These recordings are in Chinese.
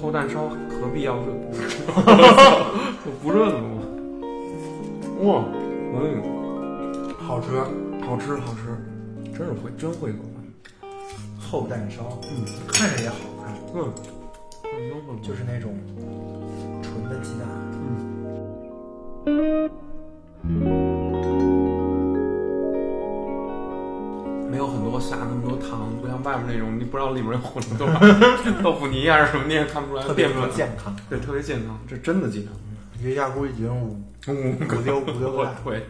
厚蛋烧何必要润？ 我不润了我。哇，嗯，好吃，啊好吃，好吃。真是会真会做饭，厚蛋烧，嗯，看着也好看，嗯，嗯都不就是那种纯的鸡蛋。没有很多下那么多糖，不像外面那种，你不知道里面混 了多少豆腐泥啊什么，你也看不出来特别淀粉。健康，对，特别健康。这真的鸡蛋。一下估计已经五 五五六五六个我 蛋，腿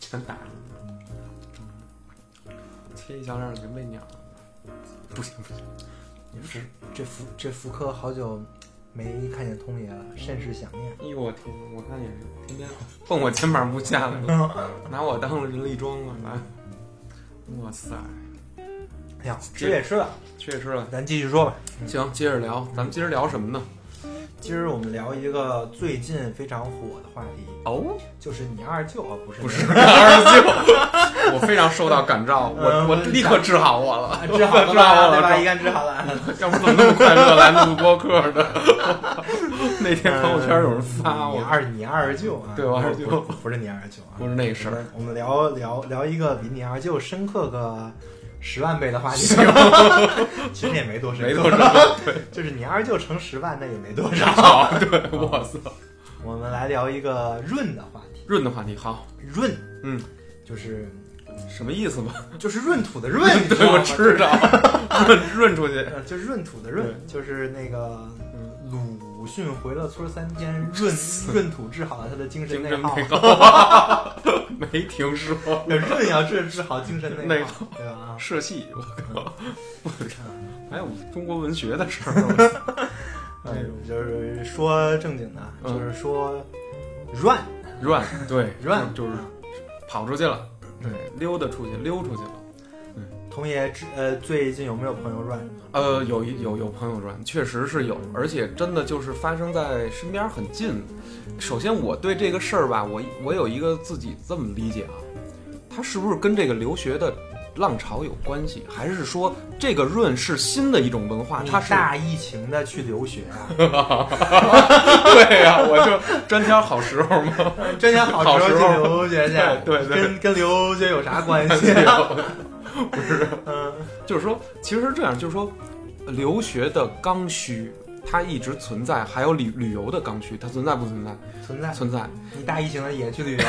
全打了，切一小点儿给喂鸟儿。不行不行， 你福这福这福柯好久没看见通爷了，甚是想念。哎呦我天，我看也是天天蹦我肩膀不下来嗯了， 拿我当人力桩了来。哇塞，哎呀，吃也吃了，确实了。咱继续说吧。行，接着聊，咱们今儿聊什么呢？今儿我们聊一个最近非常火的话题，哦，就是你二舅啊，不是不不是二十九，我非常受到感召，我嗯我立刻治好我了， 治 好了治好吧？我对吧？嗯了一，看治好了。要不怎么那么快乐来录播客呢？ 那天朋友圈有人发你我，二你二舅啊，对我二舅不是不是你二舅 啊，不是那个事我儿。们我们聊聊聊一个比你二舅深刻个十万倍的话题， 其实也没多深刻，没多少， 就是你二舅乘十万，那也没多 少。 好，对，哇塞，我们来聊一个润的话题，润的话题好，润，嗯，就是什么意思吧？就是闰土的润，你对，我吗知道，润润出去，嗯 呃，就是闰土的闰，就是那个鲁迅回了村三天， 闰闰土治好了他的精神精内神耗内， 耗， 没听说润要治治好精神内内耗，对吧？啊，社戏，我靠， 我嗯还有中国文学的事 儿，哎呦嗯就是说正经的，啊嗯就是说润润对润就是跑出去了，对，溜达出去，溜出去了。童爷之呃，最近有没有朋友润？呃，有一有有朋友转，确实是有，而且真的就是发生在身边很近。首先，我对这个事儿吧，我我有一个自己这么理解啊，它是不是跟这个留学的浪潮有关系，还是说这个润是新的一种文化？你它是大疫情的去留学啊， 对呀、我就专挑好时候嘛。 真想好时候好时去候留学去， 对对对跟跟留学有啥关 系啊？嗯，就是说，其实是这样，就是说，留学的刚需它一直存在，还有旅旅游的刚需，它存在不存 在？存在。存在。 你大疫情的也去旅游，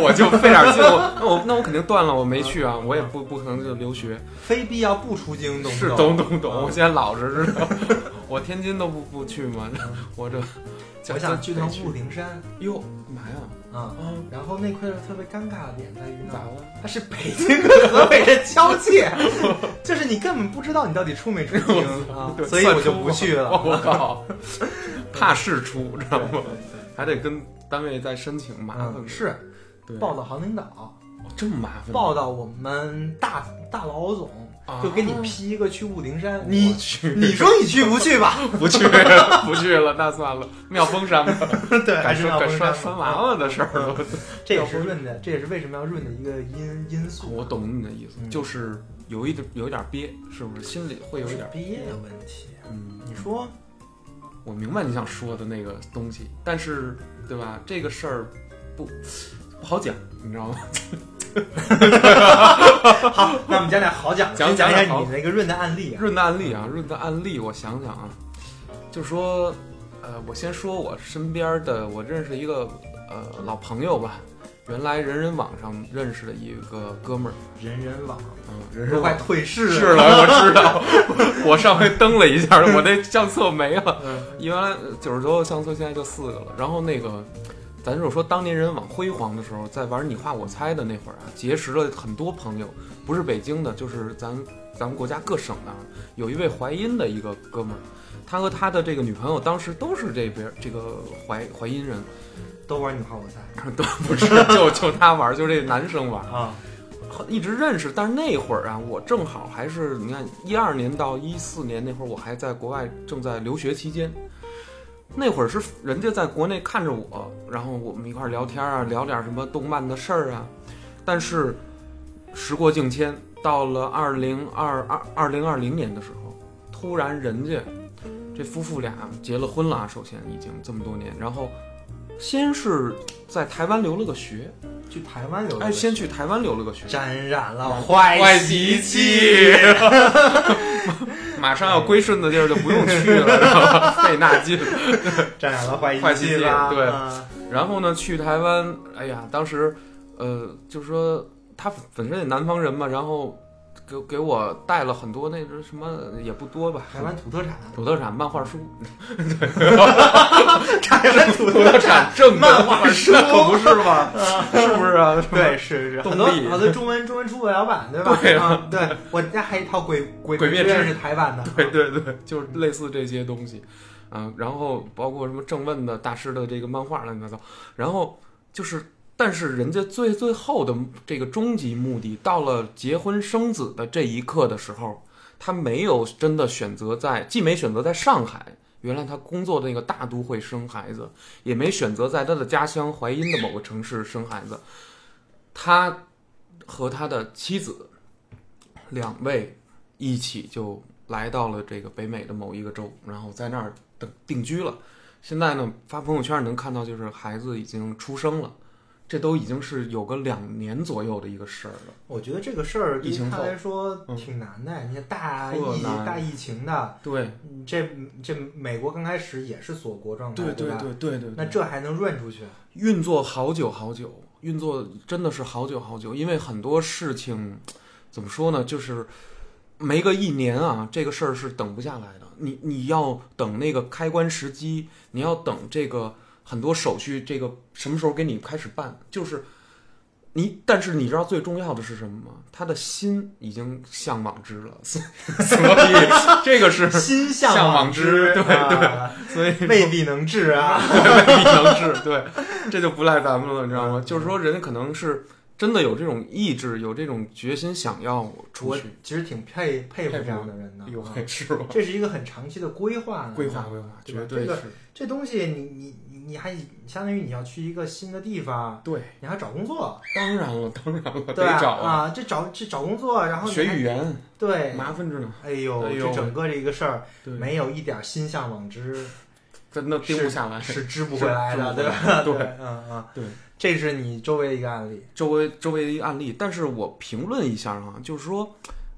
我就费点劲，我那我那我肯定断了，我没去啊，嗯我也不不可能就留学，非必要不出京，懂不是懂懂嗯懂，我现在老实知道， 我天津都不不去嘛， 我这嗯我想去趟去雾灵山，哟，干嘛呀？啊、啊，然后那块儿特别尴尬的点在于咋呢，了？它是北京跟河北的交 界，就是你根本不知道你到底出没出京啊，对 所以我就不去了。 我 靠，怕事出， 知道吗？对还得跟单位再申请，麻烦嗯，是对，报到航天岛，哦这么麻烦，报到我们大大老总啊就给你批一个去雾灵山，我你去你说你去不去吧？ 不去不去了，那算了，妙峰 山吧，对，还敢是说要敢山拴拴娃娃的事儿了。这也是润的，这也是为什么要润的一个因因素。啊我懂你的意思，嗯就是有一点有一点憋，是不是心里会有一点？毕业的问题。嗯，你说我明白你想说的那个东西，但是对吧？这个事儿不不好讲，你知道吗？好，那我们讲点好讲的，讲先讲一下讲好你那个润的案例啊。润的案例啊，润的案例，我想想啊，就说呃，我先说我身边的，我认识一个呃老朋友吧，原来人人网上认识的一个哥们儿，人人网嗯，人都人快网。退市是了，我知道，我 上回登了一下，我那相册没了。嗯原来九十多个相册，现在就四个了。然后那个，咱就说当年人网辉煌的时候，在玩你画我猜的那会儿啊，结识了很多朋友，不是北京的，就是咱咱们国家各省的啊。有一位淮阴的一个哥们儿，他和他的这个女朋友当时都是这边这个淮淮阴人， 都玩你画我猜都不是就就他玩，就这男生玩。啊，一直认识，但是那会儿啊，我正好还是你看一二年到一四年那会儿，我还在国外正在留学期间。那会儿是人家在国内看着我，然后我们一块儿聊天啊，聊点什么动漫的事儿啊。但是时过境迁，到了二零二二二零二零年的时候，突然人家这夫妇俩结了婚了啊，首先已经这么多年，然后先是在台湾留了个学，去台湾留学，哎，先去台湾留了个学，沾染了坏习习气，马上要归顺的地儿就不用去了， 是吧费那劲。 沾染了坏坏习习气吧？对啊然后呢，去台湾，哎呀，当时，呃，就是说他本身也南方人嘛，然后给给我带了很多那种什么也不多吧，台湾土特产，土特产漫画书，台湾 土土特产正漫版画书可不是 吗？是不是啊？对，是是，动很多力好多中文中文出版老板对吧？对啊啊，对我家还有一套鬼鬼鬼灭之刃是台湾的，对对对， 就是类似这些东西，嗯，然后包括什么正问的大师的这个漫画乱七八糟，然后就是，但是人家最最后的这个终极目的，到了结婚生子的这一刻的时候，他没有真的选择在，既没选择在上海。原来他工作的那个大都会生孩子，也没选择在他的家乡淮阴的某个城市生孩子。他和他的妻子两位一起就来到了这个北美的某一个州，然后在那儿等定居了。现在呢，发朋友圈能看到，就是孩子已经出生了，这都已经是有个两年左右的一个事儿了。我觉得这个事儿对疫于情他后来说嗯挺难的，你看大特疫难大疫情的，对，嗯这这美国刚开始也是锁国状态，对对吧？对对对，那这还能润出去？运作好久好久，运作真的是好久好久，因为很多事情怎么说呢，就是没个一年啊，这个事儿是等不下来的。你你要等那个开关时机，你要等这个很多手续，这个什么时候给你开始办？就是你，但是你知道最重要的是什么吗？他的心已经向往之了， 所以所以这个 是心向向往往之对对所以 嗯未必能治啊。对，未必能治，对，这就不赖咱们了，你知嗯道吗？就是说，人可能是真的有这种意志，有这种决心，想要出我去。其实挺佩佩服佩服这样的人的，啊是吧？这是一个很长期的规划呢，规划啊规划，对吧嗯绝对这个是。这东西你你你你还相当于你要去一个新的地方，对，你还找工作，当然了，当然了，对吧？得找啊！啊，这找这找工作，然后你学还语言对，麻烦着呢，哎呦，哎呦这整个这个事儿对，没有一点心向往之，真的定不下来。 是支不回来的，啊是对吧？对嗯嗯，对，这是你周围的一个案例。周围周围的一个案例，但是我评论一下啊，就是说，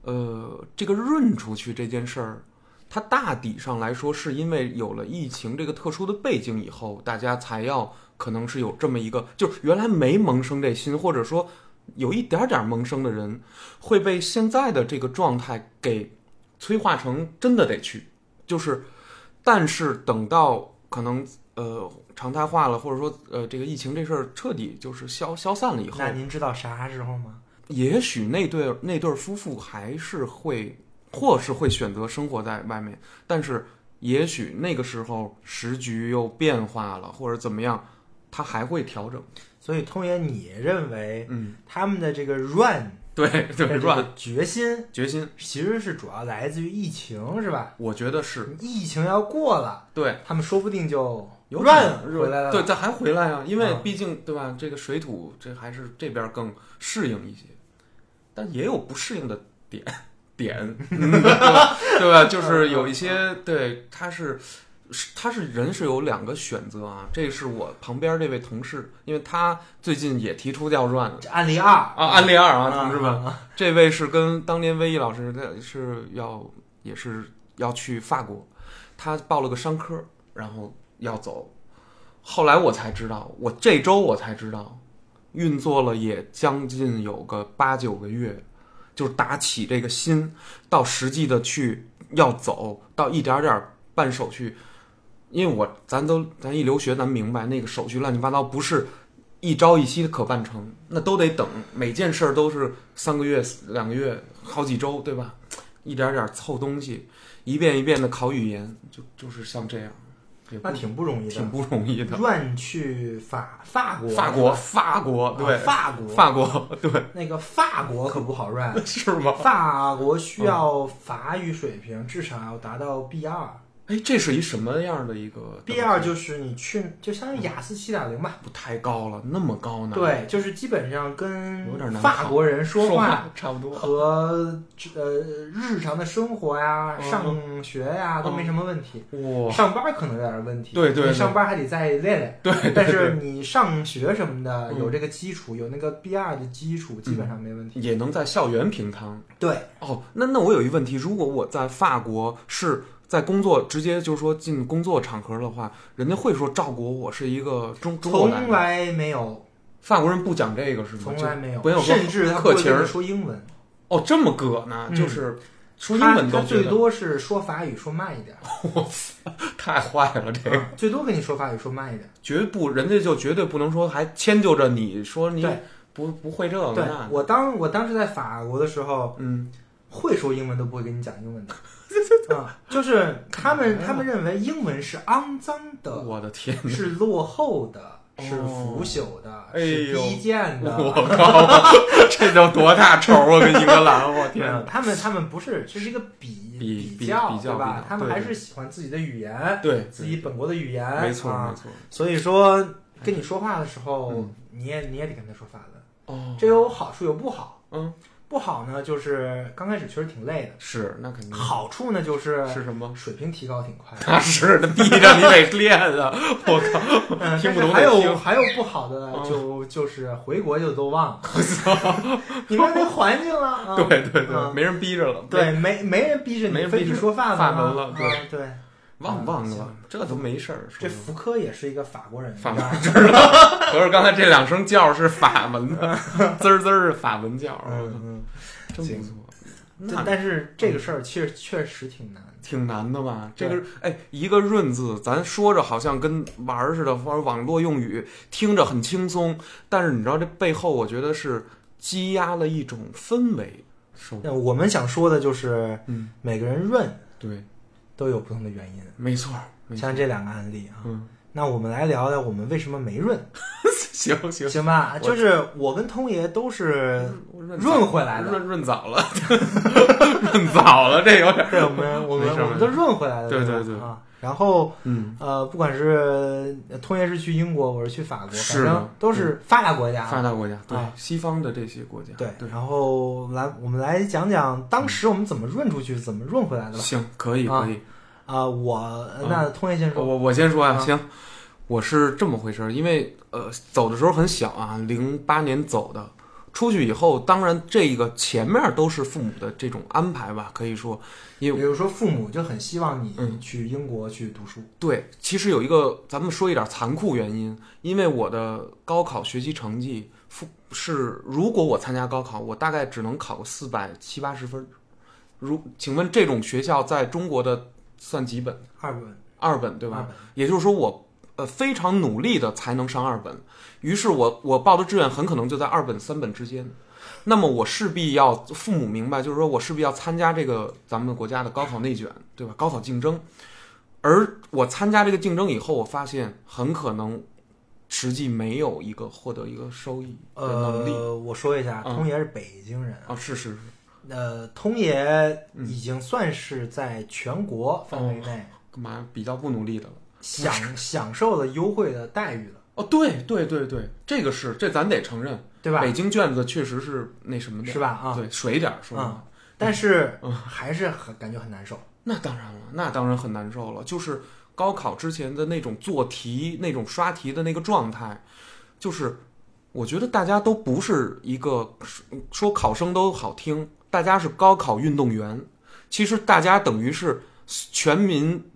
呃，这个润出去这件事儿，它大体上来说是因为有了疫情这个特殊的背景以后，大家才要可能是有这么一个，就是原来没萌生这心，或者说有一点点萌生的人，会被现在的这个状态给催化成真的得去，就是，但是等到可能。呃，常态化了，或者说，呃，这个疫情这事儿彻底就是消消散了以后，那您知道啥时候吗？也许那对那对夫妇还是会，或是会选择生活在外面，但是也许那个时候时局又变化了，或者怎么样，他还会调整。所以，通爷，你认为嗯，他们的这个 run 对的对这乱个决心，决心，其实是主要来自于疫情，是吧？我觉得是疫情要过了，对，他们说不定就有 run 回来了。对，咱还回来啊，因为啊毕竟对吧，这个水土这还是这边更适应一些，但也有不适应的点 点，嗯对吧？对吧？就是有一些对，他是是他是人是有两个选择啊，这是我旁边这位同事，因为他最近也提出要 run 这案例二啊，案例二啊，啊同志们， 这位是跟当年威一老师的是要也是要去法国，他报了个商科，然后要走。后来我才知道，我这周我才知道，运作了也将近有个八九个月，就是打起这个心到实际的去要走，到一点点办手续。因为我咱都咱一留学，咱明白那个手续乱七八糟，不是一朝一夕的可办成，那都得等，每件事儿都是三个月、两个月、好几周，对吧？一点点凑东西，一遍一遍的考语言，就就是像这样，也不那挺不容易的挺。不容易的。 run 去法法国，法国，法国，啊对，法国，法国，对，那个法国可不 好 run。是吗？法国需要法语水平至少要达到 B 二，哎，这是一什么样的一个 B 二就是你去，就相当于雅思七点零吧。不太高了，那么高呢？，对，就是基本上跟嗯有点难法国人说说话差不多。和呃日常的生活呀、嗯上学呀都没什么问题。哇，上班可能有点问题，哦对对你对上班还得再练练。对，对但是你上学什么的嗯有这个基础，有那个 B 二的基础，基本上没问题。对也能在校园平摊。对，哦，那那我有一问题，如果我在法国是在工作，直接就是说进工作场合的话，人家会说赵国我是一个中中国从来的，来没有，法国人不讲这个是吗？从就来没有没有，说甚至他客不会气跟儿你说英文，哦，这么葛呢，嗯就是说英他文他都觉最得多是说法语说慢一点， 太坏了，这个嗯最多跟你说法语说慢一点。绝不，人家就绝对不能说还迁就着你说你对不不会这个对那，我当我当时在法国的时候，嗯会说英文都不会跟你讲 英文的。啊、就是他们，他们认为英文是肮脏的，我的天，是落后的，是哦腐朽的，哎是呦低贱的。 我靠，这叫多大仇啊！跟英格兰，我没天 有啊！嗯他们他们不是，这是一个比比较，比比较对比吧较？他们还对是喜欢自己的语言，对，自己本国的语言，没错没啊。错。所以说，跟你说话的时候，嗯你也你也得跟他说法文，哦，这有好处有不好。嗯，不好呢，就是刚开始确实挺累是那肯定 的，好处呢就是嗯是什么？ 水平提高挺快的。那是那逼着你得练啊！我靠，嗯，听不但是懂还得有听还有不好的嗯就就是回国就都 忘了， 你们那环境了啊。对对对， 嗯没人逼着了，对，没没人逼着没你人非逼着得说法法文文了啊对啊对，忘忘嗯了，这都没事儿。说这实话福柯也是一个法国人，法你知道吗 合着刚才这两声叫是法文的，滋儿滋儿是法文叫，我 靠嗯真不行错。嗯，这那但是这个事儿确确实挺难。挺难的吧？这对个哎，一个“润”字，咱说着好像跟玩儿似的，或者网络用语，听着很轻松，但是你知道这背后，我觉得是积压了一种氛围，是吧？那我们想说的就是，嗯，每个人润对，都有不同的原因，没错儿， 没错儿。像这两个案例啊。嗯，那我们来聊聊我们为什么没润，行行，行吧？我就是我跟通爷都是我润嗯润早回来了润润早了， 润早了，这有点儿对，我们我们没事我们都润回来了，对对对对啊。然后嗯，呃，不管是呃通爷是去英国，我是去法国，是反的嗯正都是发达国家。发达国家对啊西方的这些国家对对，然后来我们来讲讲当时我们怎么润出去，怎么润回来的吧。行，可以啊可以。啊，我嗯那通爷先我说，我我先说啊，啊行，我是这么回事儿，因为呃走的时候很小啊，零八年走的，出去以后，当然这个前面都是父母的这种安排吧，可以说，因比为如说父母就很希望你嗯去英国去读书，对，其实有一个咱们说一点残酷原因，因为我的高考学习成绩父是，如果我参加高考，我大概只能考个四百七八十分儿，如请问这种学校在中国的算几本？二本二本对吧？二本也就是说我呃非常努力的才能上二本，于是我我报的志愿很可能就在二本三本之间。那么我势必要父母明白，就是说我势必要参加这个咱们国家的高考内卷，对吧？高考竞争，而我参加这个竞争以后，我发现很可能实际没有一个获得一个收益的能力。呃，我说一下，嗯通爷是北京人，啊，是是是，呃，通爷嗯已经算是在全国范哦围内干嘛比较不努力的了？享 享受了优惠的待遇了，哦，对对对对，这个是这咱得承认，对吧北？京卷子确实是那什么点儿是吧？啊，对，嗯水点儿说实话。但是还是很感觉很难受。那当然了，那当然很难受了。就是高考之前的那种做题、那种刷题的那个状态，就是我觉得大家都不是一个说考生都好听，大家是高考运动员。其实大家等于是全民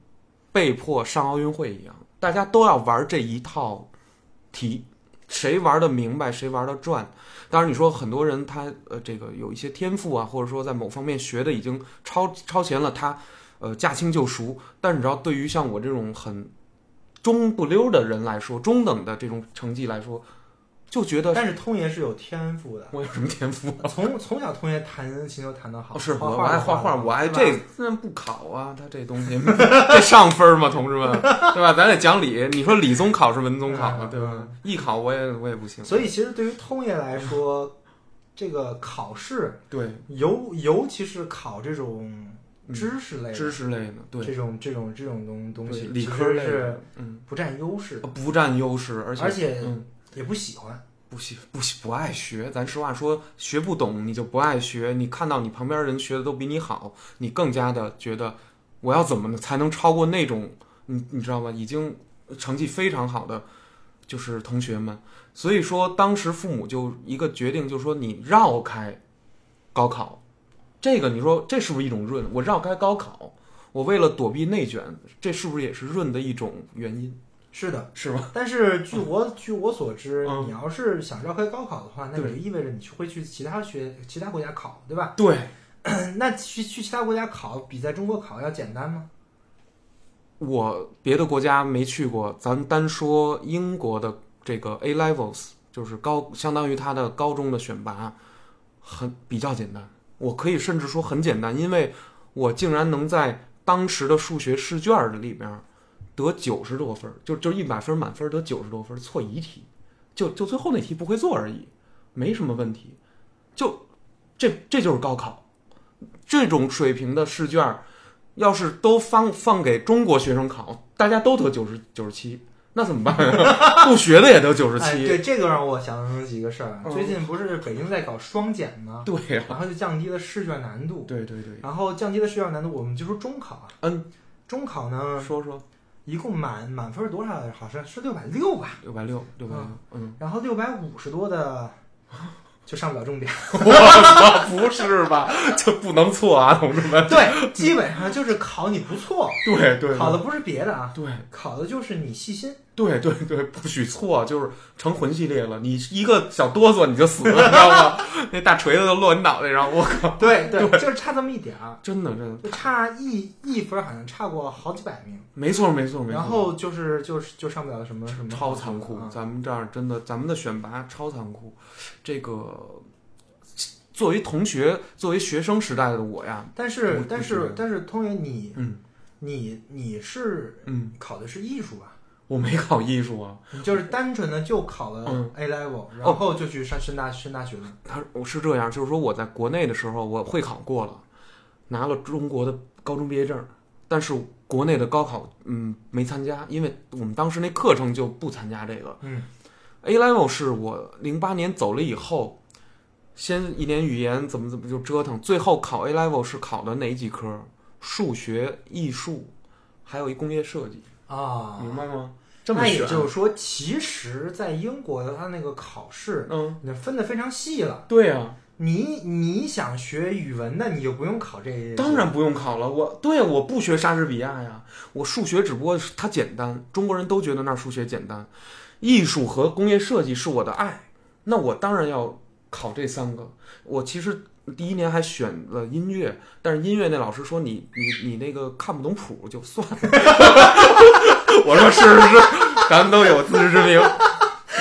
被迫上奥运会一样，大家都要玩这一套题，谁玩的明白，谁玩的转。当然，你说很多人他呃这个有一些天赋啊，或者说在某方面学的已经超超前了，他呃驾轻就熟。但是你知道，对于像我这种很中不溜的人来说，中等的这种成绩来说，就觉得但是通爷是有天 赋的，我有什么天赋？从从小通爷弹琴都弹得好，哦，是画我画我爱也画画画，得好我爱是吧 这自然不考啊，他这东 西这上分吗？同志们，对吧？咱得讲理。你说理综考是文综考啊，嗯对吧？艺考我也我也不行，所以其实对于通爷 来说，这个考试，对尤尤其是考这种嗯知识类的知识类的，对，这种这种这种东东对西，理科类的是嗯，不占优势，不占优势，而且而且嗯，也不喜欢。不喜不喜不爱学，咱实话说，学不懂你就不爱学，你看到你旁边人学的都比你好，你更加的觉得我要怎么才能超过那种你你知道吗？已经成绩非常好的就是同学们，所以说当时父母就一个决定，就是说你绕开高考，这个你说这是不是一种润？我绕开高考，我为了躲避内卷，这是不是也是润的一种原因？是的，是吗？但是据我据我所知，嗯你要是想绕开高考的话，那对也就意味着你去会去其他学其他国家考，对 吧？对，那去去其他国家考比在中国考要简单吗？我别的国家没去过，咱单说英国的这个 A levels，就是高，相当于它的高中的选拔，很比较简单。我可以甚至说很简单，因为我竟然能在当时的数学试卷儿里面得九十多分儿，就就一百分满分儿得九十多分儿，错一题，就就最后那题不会做而已，没什么问题。就这这就是高考，这种水平的试卷儿要是都放放给中国学生考，大家都得九十九十七，那怎么办啊？ 不学的也得九十哎，七，对，这个让我想起几个事儿。啊嗯最近不是北京在搞双减吗？对呀、然后就降低了试卷难度，对对对，然后降低了试卷难度，我们就说中考啊，嗯，中考呢说说一共满满分多少？好像是六百六吧，六百六六百六嗯，嗯，然后六百五十多的就上不了 重点。不是 吧？这嗯不能错啊，同志们，对，基本上就是考你不错， 对对考的不是别的啊，对考的就是你细心。对对对，不许错，就是成魂系列了。你一个小哆嗦你就死了，你知道吗？ 那大锤子就落你脑袋上，我靠！对对，就是差这么一点儿，啊真的真的，就差一一分，好像差过好几百名。没错没错没错。然后就是就是就上不了什么什么超残酷，啊咱们这儿真的，咱们的选拔超残酷。这个作为同学，作为学生时代的我呀，但我是不但觉是得但是，通爷你嗯你你是嗯，考的是艺术吧？我没考艺术啊，你就是单纯的就考了嗯 A level，然后就去上深大深大学了。他我是这样，就是说我在国内的时候，我会考过了，拿了中国的高中毕业证，但是国内的高考，嗯，没参加，因为我们当时那课程就不参加这个。嗯，A level 是我零八年走了以后，先一年语言怎么怎么就折腾，最后考 A level 是考的哪几科？数学、艺术，还有一工业设计，啊，明白吗？嗯这么啊那也选，就是说，其实，在英国的他那个考试，嗯，那分的非常细了。对啊，你你想学语文的，你就不用考这些。当然不用考了，我对我不学莎士比亚呀，我数学只不过是它简单，中国人都觉得那儿数学简单，艺术和工业设计是我的爱，那我当然要考这三个。我其实第一年还选了音乐，但是音乐那老师说你你你那个看不懂谱就算了， 我说是是是，咱们都有自知之明。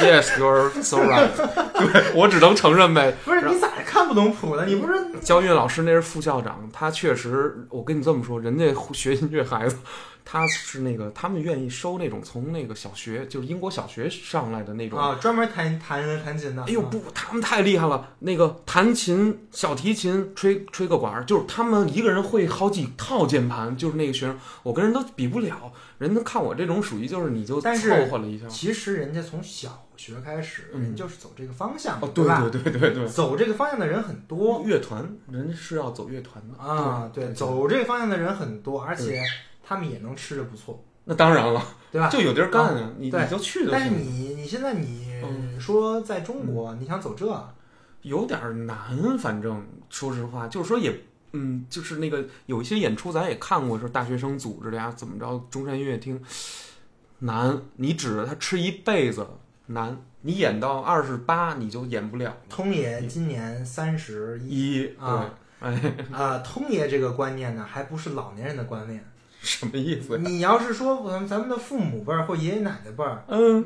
Yes, you're so right 对我只能承认呗，不是你咋看不懂谱呢？你不是教音乐老师那是副校长，他确实，我跟你这么说，人家学音乐孩子，他是那个他们愿意收那种从那个小学，就是英国小学上来的那种。啊，专门弹弹弹琴的。啊哎呦不，他们太厉害了！那个弹琴、小提琴、吹吹个管儿，就是他们一个人会好几套键盘，就是那个学生，我跟人都比不了。人家看我这种属于就是你就凑但是合了一下。其实人家从小学开始，嗯人就是走这个方向的，哦，对吧？对对对对，走这个方向的人很多乐团人是要走乐团的啊，嗯对对，走这个方向的人很多，而且他们也能吃的不错，那当然了，对吧？就有地儿干啊，你对你就去就但是行。你你现在你嗯说在中国你想走这，有点儿难，反正说实话，就是说也，嗯，就是那个有一些演出咱也看过，说大学生组织的呀，怎么着，中山音乐厅难，你指着他吃一辈子难，你演到二十八你就演不了通爷今年三十一一啊，对哎，啊，通爷这个观念呢，还不是老年人的观念。什么意思呀？你要是说咱们咱们的父母辈儿或爷爷奶奶辈儿， 嗯，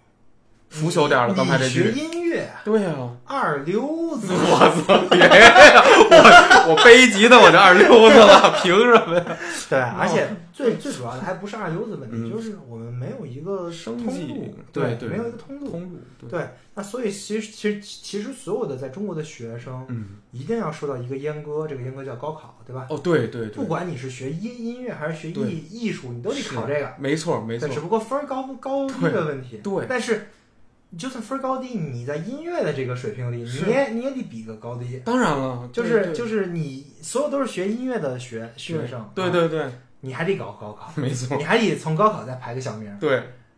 腐朽点儿了，你刚才这学句，音乐 对呀、啊。 二流子，我操！别呀！我我非级的我就二溜子了，凭什么呀？对，而且最最主要的还不是二流子问嗯题，就是我们没有一个生通计路，对对没有一个通路。通路对，对，那所以其实其实其实所有的在中国的学生嗯，一定要受到一个阉割，这个阉割叫高考，对吧？哦，对对对不，管你是学音音乐还是学对艺艺术，你都得考是这个。没错没错对，，只不过分儿高不高低对的问题。对但是就算分儿高低，你在音乐的这个水平里，是你也你也得比个高低。当然了，就对是对就是你所有都是学音乐的学学生，对啊，对对，你还得搞高考，没错，你还得从高考再排个小名儿。 对，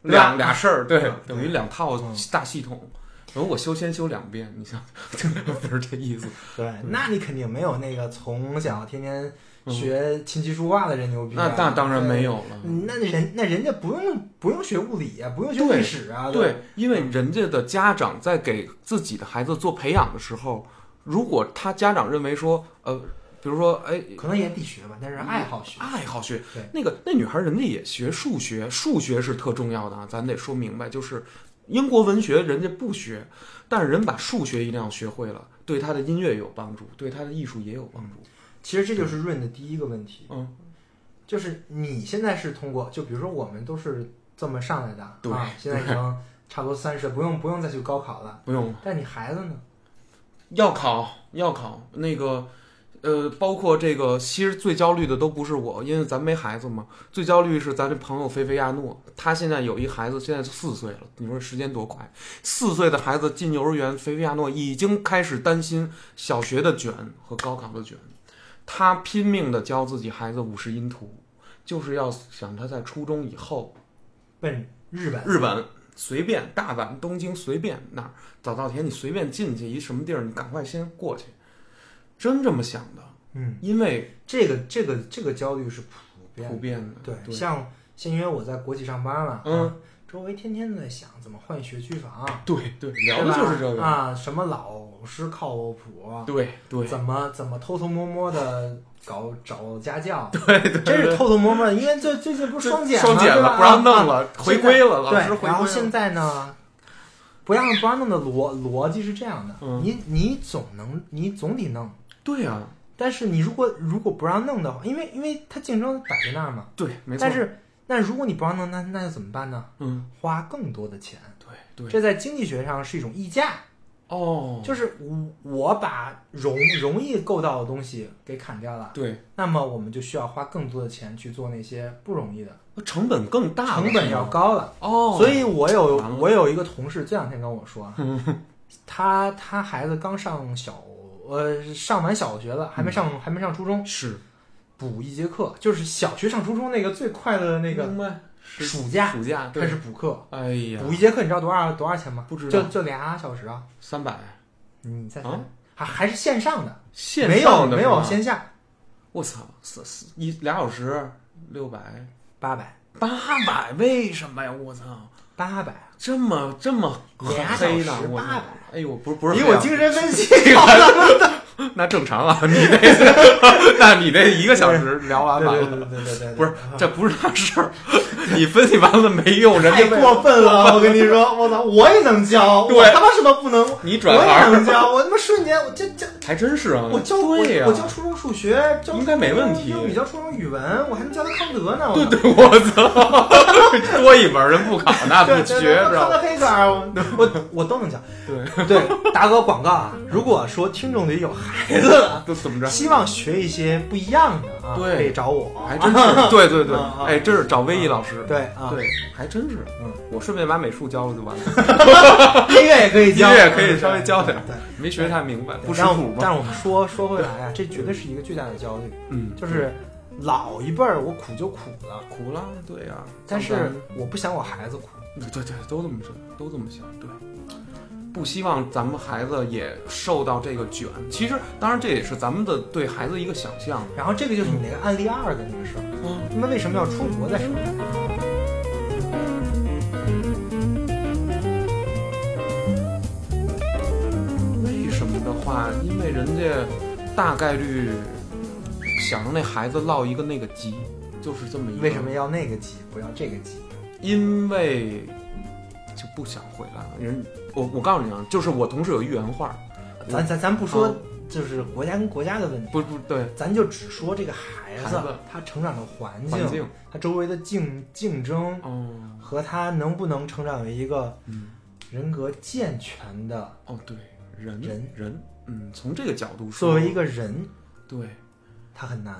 对吧两俩事儿，对对，等于两套嗯大系统。然后我修仙修两遍，你想， 不是这意嗯思。对，那你肯定没有那个从小天天嗯学琴棋书画的人牛逼啊、那那当然没有对。了。那人那人家不用不用学物理啊，不用学对历史啊，吧对，因为人家的家长在给自己的孩子做培养的时候，如果他家长认为说，呃，比如说，哎，可能也得学吧，但是爱好学。爱好学对。那个那女孩人家也学数学，数学是特重要的啊，咱得说明白。就是英国文学人家不学，但是人把数学一定要学会了，对她的音乐有帮助，对她的艺术也有帮助。其实这就是润的第一个问题，嗯，就是你现在是通过，就比如说我们都是这么上来的，对嗯啊，现在已经差不多三十，不用不用再去高考了。不用但你孩子呢？要考要考那个，呃，包括这个，其实最焦虑的都不是我，因为咱没孩子嘛。最焦虑是咱这朋友菲菲亚诺，她现在有一孩子，现在四岁了。你说时间多快？四岁的孩子进幼儿园，菲菲亚诺已经开始担心小学的卷和高考的卷。她拼命的教自己孩子五十音图，就是要想他在初中以后奔日本，日本随便，大阪、东京随便哪儿，早稻田你随便进去一什么地儿，你赶快先过去，真这么想的，嗯，因为这个这个这个焦虑是普遍普的，遍的，对，对像像因为我在国企上班嘛，嗯啊，周围天天都在想怎么换学区房，对对，聊的就是这对个，吧啊，什么老师靠谱，啊对对怎么怎么偷偷摸摸的搞找家教， 对对，真是对偷偷摸摸的，因为最最近不是双减双减对吧了，不让弄啊了，回归了，老对师回，归然后了，现在呢，不让不让弄的逻逻辑是这样的，嗯你你总能你总得弄，对啊，但是你如果如果不让弄的话，因为因为它竞争摆在那儿嘛，对，没错，但是那如果你不让弄，那那又怎么办呢？嗯，花更多的钱，对对，这在经济学上是一种溢价，哦，就是我我把容容易够到的东西给砍掉了，对，那么我们就需要花更多的钱去做那些不容易的，成本更大了，成本要高了。哦，所以我有完了我有一个同事，这两天跟 我说，啊他他孩子刚上小呃上完小学了，还嗯没上、还没上初中，是补一节课，就是小学上初中那个最快乐的那个明白是暑假暑假开对始，补课，哎呀补，一节课你知道多少多少钱吗？不知道就就俩小时啊，三百你再啊看还还是线上的，线没有上的没是有吧线下我操，四四一俩小时六百八百八百，为什么呀？我操，八百，这么这么俩小黑时呢？我操800！哎呦，不是不是以黑啊，我精 神分析那正常啊，你这那 你这一个小时聊完吧啊对。对对对对对，不是，这不是大事 儿。你分析完了没用，人太家过分了，我跟你说，我操，我也能教，我对他妈什么不能？你转我也行能教，我他妈瞬间我这这还真是啊。啊我教我对呀我，教初中数学，教应该没问题初中英语教初中语文，我还能教他康德呢。我对对，我操，多一门儿人不考那不对学，对知对，康道吗？德黑格尔，我我我都能教。对，对，达哥广告啊，如果说听众里有孩子的，都怎么着？希望学一些不一样的啊，对可以找我。还真是，对对对啊，啊哎，这是找威毅老师。对啊，对，还真是。嗯，我顺便把美术教了就完了，音乐也可以音教，嗯乐可以稍微教点儿对。没学太明白，不识但谱我嘛。但是我们说说回来啊，这绝对是一个巨大的焦虑，嗯，就是老一辈儿我苦就苦了，苦了，对呀。但是咱们我不想我孩子苦。对对，都这么想，都这么想，对。不希望咱们孩子也受到这个卷。其实，当然这也是咱们的对孩子一个想象。然后这个就是你那个案例二的那个事儿，嗯，他们为什么要出国再说？为什么的话，因为人家大概率想让那孩子落一个那个级，就是这么一个。为什么要那个级不要这个级？因为就不想回来了。人，我我告诉你啊，就是我同事有一原话，咱咱咱不说嗯就是国家跟国家的问题，不不对，咱就只说这个孩子孩子他成长的环境，环境，他周围的竞竞争哦和他能不能成长为一个嗯人格健全的，哦对，人人人，嗯，从这个角度说，作为一个人，对，他很难。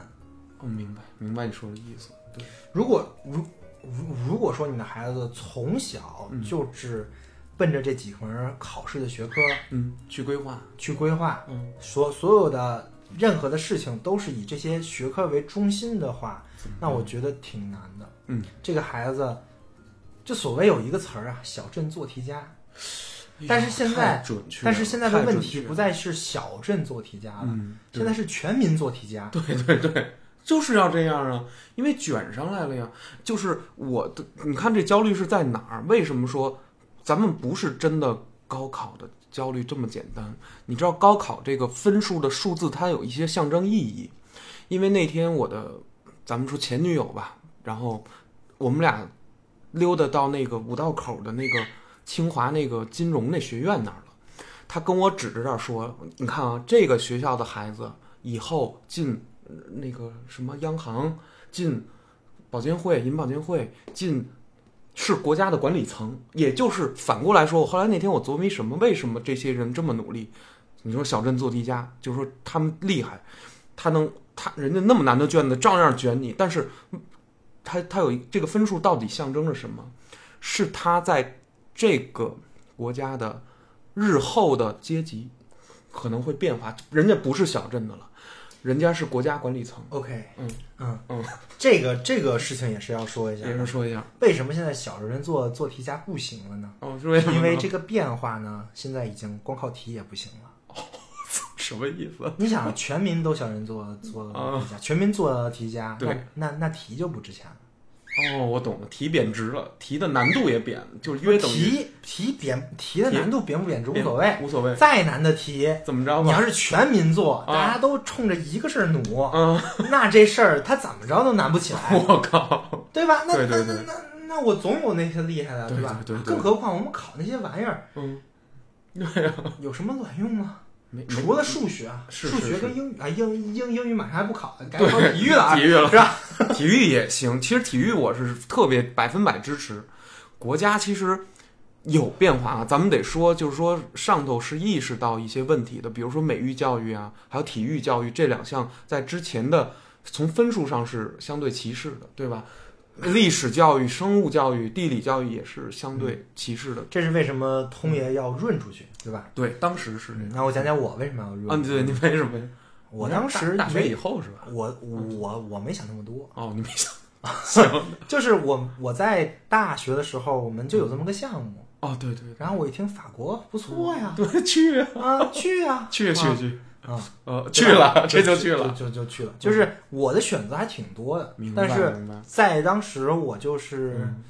哦明白明白你说的意思，对，如果如如如果说你的孩子从小嗯就只奔着这几门考试的学科嗯，去规划，去规划，嗯，所所有的任何的事情都是以这些学科为中心的话，那我觉得挺难的。嗯，这个孩子，就所谓有一个词儿啊，小镇做题家。但是现在哎太准确了，但是现在的太问准题确不再是小镇做题家了，了，嗯，对现在是全民做题家。对对对，就是要这样啊，因为卷上来了呀。就是我的，你看这焦虑是在哪儿？为什么说咱们不是真的高考的焦虑这么简单？你知道高考这个分数的数字，它有一些象征意义。因为那天我的，咱们说前女友吧，然后我们俩溜达到那个五道口的那个清华那个金融那学院那儿了。他跟我指着这儿说：“你看啊，这个学校的孩子以后进呃那个什么央行、进保监会、银保监会、进是国家的管理层，也就是反过来说，我后来那天我琢磨一什么，为什么这些人这么努力？你说小镇做题家，就是说他们厉害，他能他人家那么难的卷子照样卷你，但是嗯他他有一这个分数到底象征着什么？是他在这个国家的日后的阶级可能会变化，人家不是小镇的了，人家是国家管理层。 OK，嗯嗯嗯，这个这个事情也是要说一下也的是。说一下，为什么现在小镇做做题家不行了呢？哦，是为什么呢？因为这个变化呢，现在已经光靠题也不行了。什么意思？你想，全民都小人做做啊题家，全民做题家，那对那那题就不值钱了。哦，我懂了，题贬值了，题的难度也贬，就是约等于题题贬题的题难度贬不贬值无所谓，无所谓，再难的题，怎么着你要吧？是全民做，啊大家都冲着一个事儿努，嗯，那这事儿他怎么着都难不起来，我靠，对吧？那对那对那对那那我总有那些厉害的，对吧？对对对更何况我们考那些玩意儿嗯， 有什么卵用吗？没没除了数学啊，是数是学是跟英语啊，英英英语马上还不考了，改考体育 了啊体育了是吧？体育也行，其实体育我是特别百分百支持。国家其实有变化啊，咱们得说，就是说上头是意识到一些问题的，比如说美育教育啊，还有体育教育这两项，在之前的从分数上是相对歧视的，对吧？历史教育、生物教育、地理教育也是相对歧视的。这是为什么通爷要润出去，对吧？对，当时是这样。那我讲讲我为什么要润。嗯啊，对，你为什么呀？我当时大大学没以后嗯是吧？我我我没想那么多，哦，你没想就是我我在大学的时候，我们就有这么个项目，哦，对对然后我一听法国不错呀， 对，去啊啊去啊去啊去啊啊去啊，呃去了， 这就去了。嗯就就就去了，就是我的选择还挺多的明，白但是明白在当时我就是嗯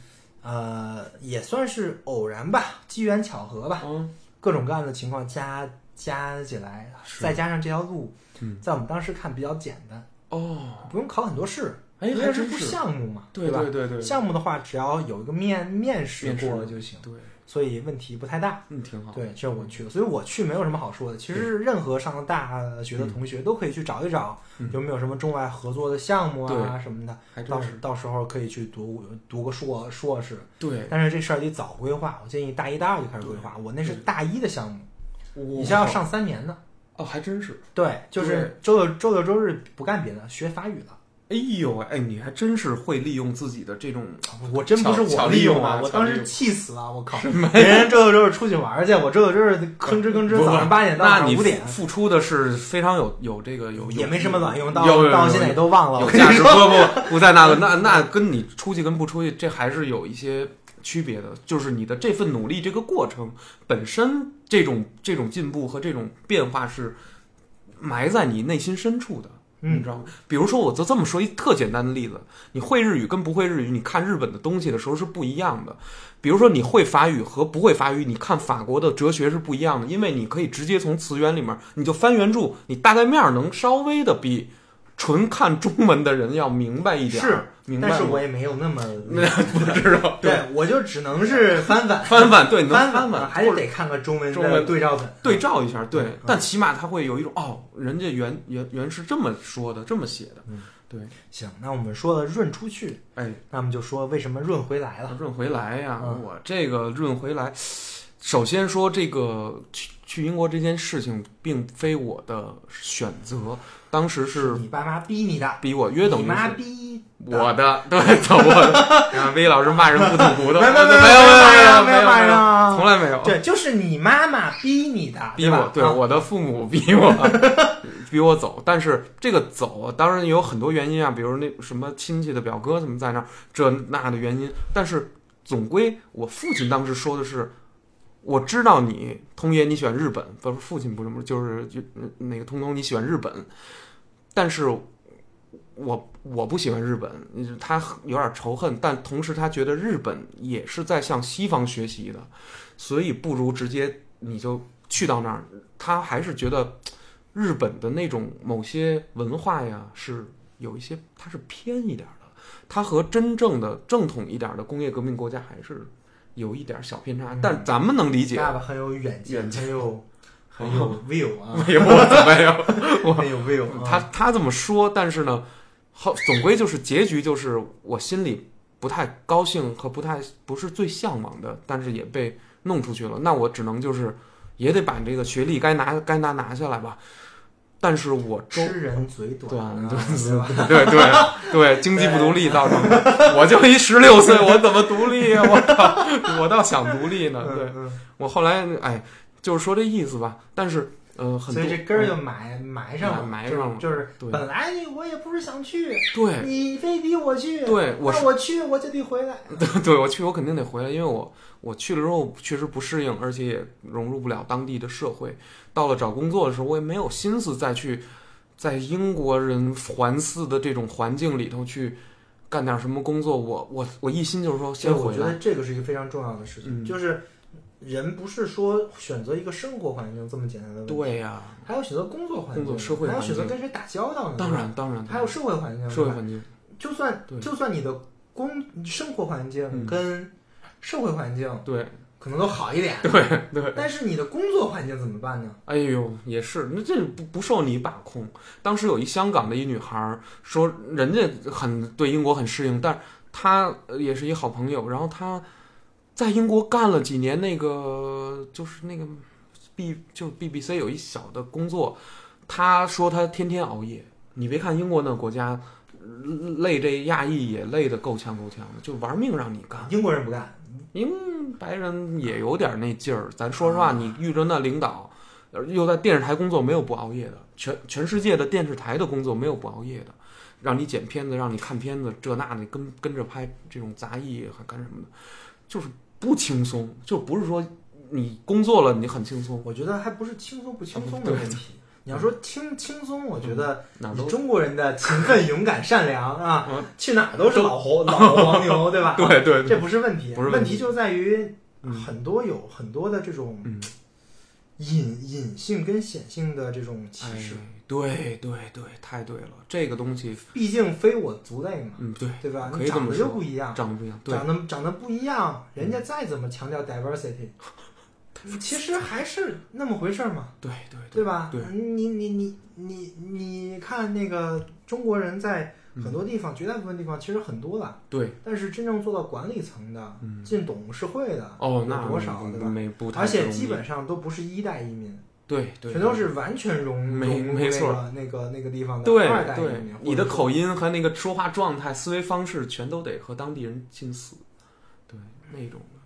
呃也算是偶然吧，机缘巧合吧，嗯，各种各样的情况加加起来，是再加上这条路嗯，在我们当时看比较简单，哦，不用考很多试，哎，因还为是真不是，项目嘛，对吧？对对，项目的话，只要有一个面面试面试过就行，对，所以问题不太大。嗯，挺好。对，这是我去的，所以我去没有什么好说的。其实任何上大学的同学都可以去找一找，嗯有没有什么中外合作的项目啊对什么的。还真到是到时候可以去读读个硕硕士，对。但是这事儿得早规划。我建议大一、大二就开始规划。我那是对大一的项目，你你是要上三年的。哦，还真是。对，就是周六周六周日不干别的，学法语了。哎呦喂，哎，你还真是会利用自己的这种我真不是哦巧巧我利用啊啊，我巧当利时用气死了，我靠！人家周六周日出去玩去，我周六周日吭哧吭哧，不早上八点到那晚你上五点付。付出的是非常有有这个有也没什么卵用，到有有有到有现在也都忘了。有我跟你价值，不说，不不在那个，那那跟你出去跟不出去，这还是有一些区别的。就是你的这份努力，这个过程本身，这种这种进步和这种变化是埋在你内心深处的，你嗯知道吗？比如说，我就这么说一特简单的例子，你会日语跟不会日语，你看日本的东西的时候是不一样的。比如说，你会法语和不会法语，你看法国的哲学是不一样的，因为你可以直接从词源里面，你就翻原著，你大概面儿能稍微的比纯看中文的人要明白一点儿，是明白但吗。是我也没有 那么， 不知道，对我就只能是翻翻翻翻， 对，能翻翻翻，翻，还是得看看中文中文的对照本。对照一下，对，嗯但起码他会有一种哦，人家原原原是这么说的，这么写的，嗯对，行，那我们说了润出去，哎，那么就说为什么润回来了？润回来呀、嗯我这个润回来，首先说这个去去英国这件事情并非我的选择，当时是你爸妈逼你的，比我约等你于妈是逼的我的，对，我的，啊，魏老师骂人不吐骨头，没有没有没有有没有没有没有有骂人有，啊从来没有。对，就是你妈妈逼你的，逼我，对对吧啊我的父母逼我， 逼我走。但是这个走当然也有很多原因啊，比如那什么亲戚的表哥怎么在那儿，这那的原因。但是总归我父亲当时说的是，我知道你通爷你选日本，不是父亲不是就是就那个通通你选日本，但是我我不喜欢日本，他有点仇恨，但同时他觉得日本也是在向西方学习的，所以不如直接你就去到那儿，他还是觉得日本的那种某些文化呀是有一些它是偏一点儿的，它和真正的正统一点儿的工业革命国家还是有一点儿小偏差，嗯但咱们能理解。 爸爸很有远远见，很有很有 view 啊，没有，没有。很有 view 他啊。他这么说，但是呢，好，总归就是结局就是我心里不太高兴和不太不是最向往的，但是也被弄出去了。那我只能就是也得把这个学历该拿该拿拿下来吧。但是我周吃人嘴短啊，对对 吧？对对对，经济不独立造成的。我就一十六岁，我怎么独立呀、我倒我倒想独立呢。对 嗯嗯我后来哎，就是说这意思吧。但是呃，很所多以这根儿就埋埋上了，埋埋就是上了就是对本来我也不是想去，对你非逼我去，对我那我去我就得回来。 对对，我去我肯定得回来，因为我我去了之后确实不适应，而且也融入不了当地的社会。到了找工作的时候，我也没有心思再去在英国人环似的这种环境里头去干点什么工作。我我我一心就是说所以哦先我回觉来。得这个是一个非常重要的事情，嗯就是人不是说选择一个生活环境这么简单的问题，对呀、还要选择工作环境，工作社会还要环选择境跟谁打交道呢，当然当然，嗯还有社会环境，社对会吧环境，就算对就算你的工生活环境嗯跟社会环境对可能都好一点，对对，但是你的工作环境怎么办呢？哎呦，也是，那这不不受你把控。当时有一香港的一女孩儿说，人家很对英国很适应，但是她呃也是一好朋友，然后她在英国干了几年那个就是那个 B 就是 BBC 有一小的工作，她说她天天熬夜。你别看英国那国家呃累这亚裔也累得够呛够呛的，就玩命让你干。英国人不干，英白人也有点那劲儿。咱说实啊话，你遇着那领导，呃又在电视台工作，没有不熬夜的。全全世界的电视台的工作没有不熬夜的，让你剪片子，让你看片子，这那的跟跟着拍这种杂役啊还干什么的，就是不轻松，就不是说你工作了你很轻松，我觉得还不是轻松不轻松啊的对嗯 问题。你要说轻轻松，我觉得哪呃你都中国人的勤奋、勇敢、善 良啊嗯，去哪儿都是老黄老黄牛，对吧？ 对 对对，这不是问题，不是问问题题就在于嗯很多有很多的这种嗯隐隐性跟显性的这种歧哎视，，对对对，太对了，这个东西，毕竟非我族类嘛，嗯，对，对吧？可你以这长么得就说，不一样，长得不一样，对啊嗯长得长得不一样，人家再怎么强调 diversity，其实还是那么回事儿嘛，对对对吧？对你你你你你看那个中国人在很嗯多地方，绝大部分地方其实很多了，对，但是真正做到管理层的，嗯，进董事会的哦，那啊有多少没对吧？没不太而且容易基本上都不是一代移民，对对，全都是完全融没融入没错那个那个那个地方的对二代移对民。，你的口音，音和那个说话状态、思维方式，全都得和当地人近似，对那种的，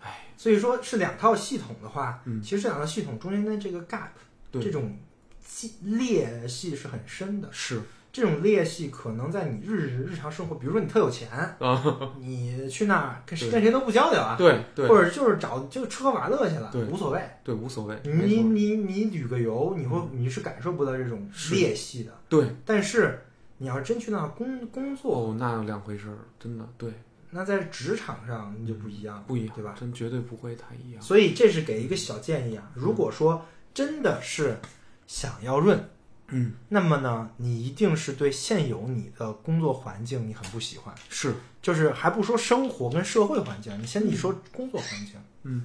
哎，所以说是两套系统的话，嗯其实这两套系统中间的这个 gap，对这种系裂隙是很深的。是这种裂隙可能在你日日常生活，比如说你特有钱，啊，你去那儿跟对跟谁都不交流啊，对对或者就是找就吃喝玩乐去了对，无所谓。对，无所谓，没你错嗯你你旅个游，你会你是感受不到这种是裂隙的。对但是你要真去那儿工工作，哦，那两回事儿，真的对那在职场上你就不一样了，嗯不一样，对吧？真绝啊对不会太一样，所以这是给一个小建议啊，如果说真的是想要润，嗯，那么呢，你一定是对现有你的工作环境你很不喜欢，是，就是还不说生活跟社会环境，你先你说工作环境，嗯，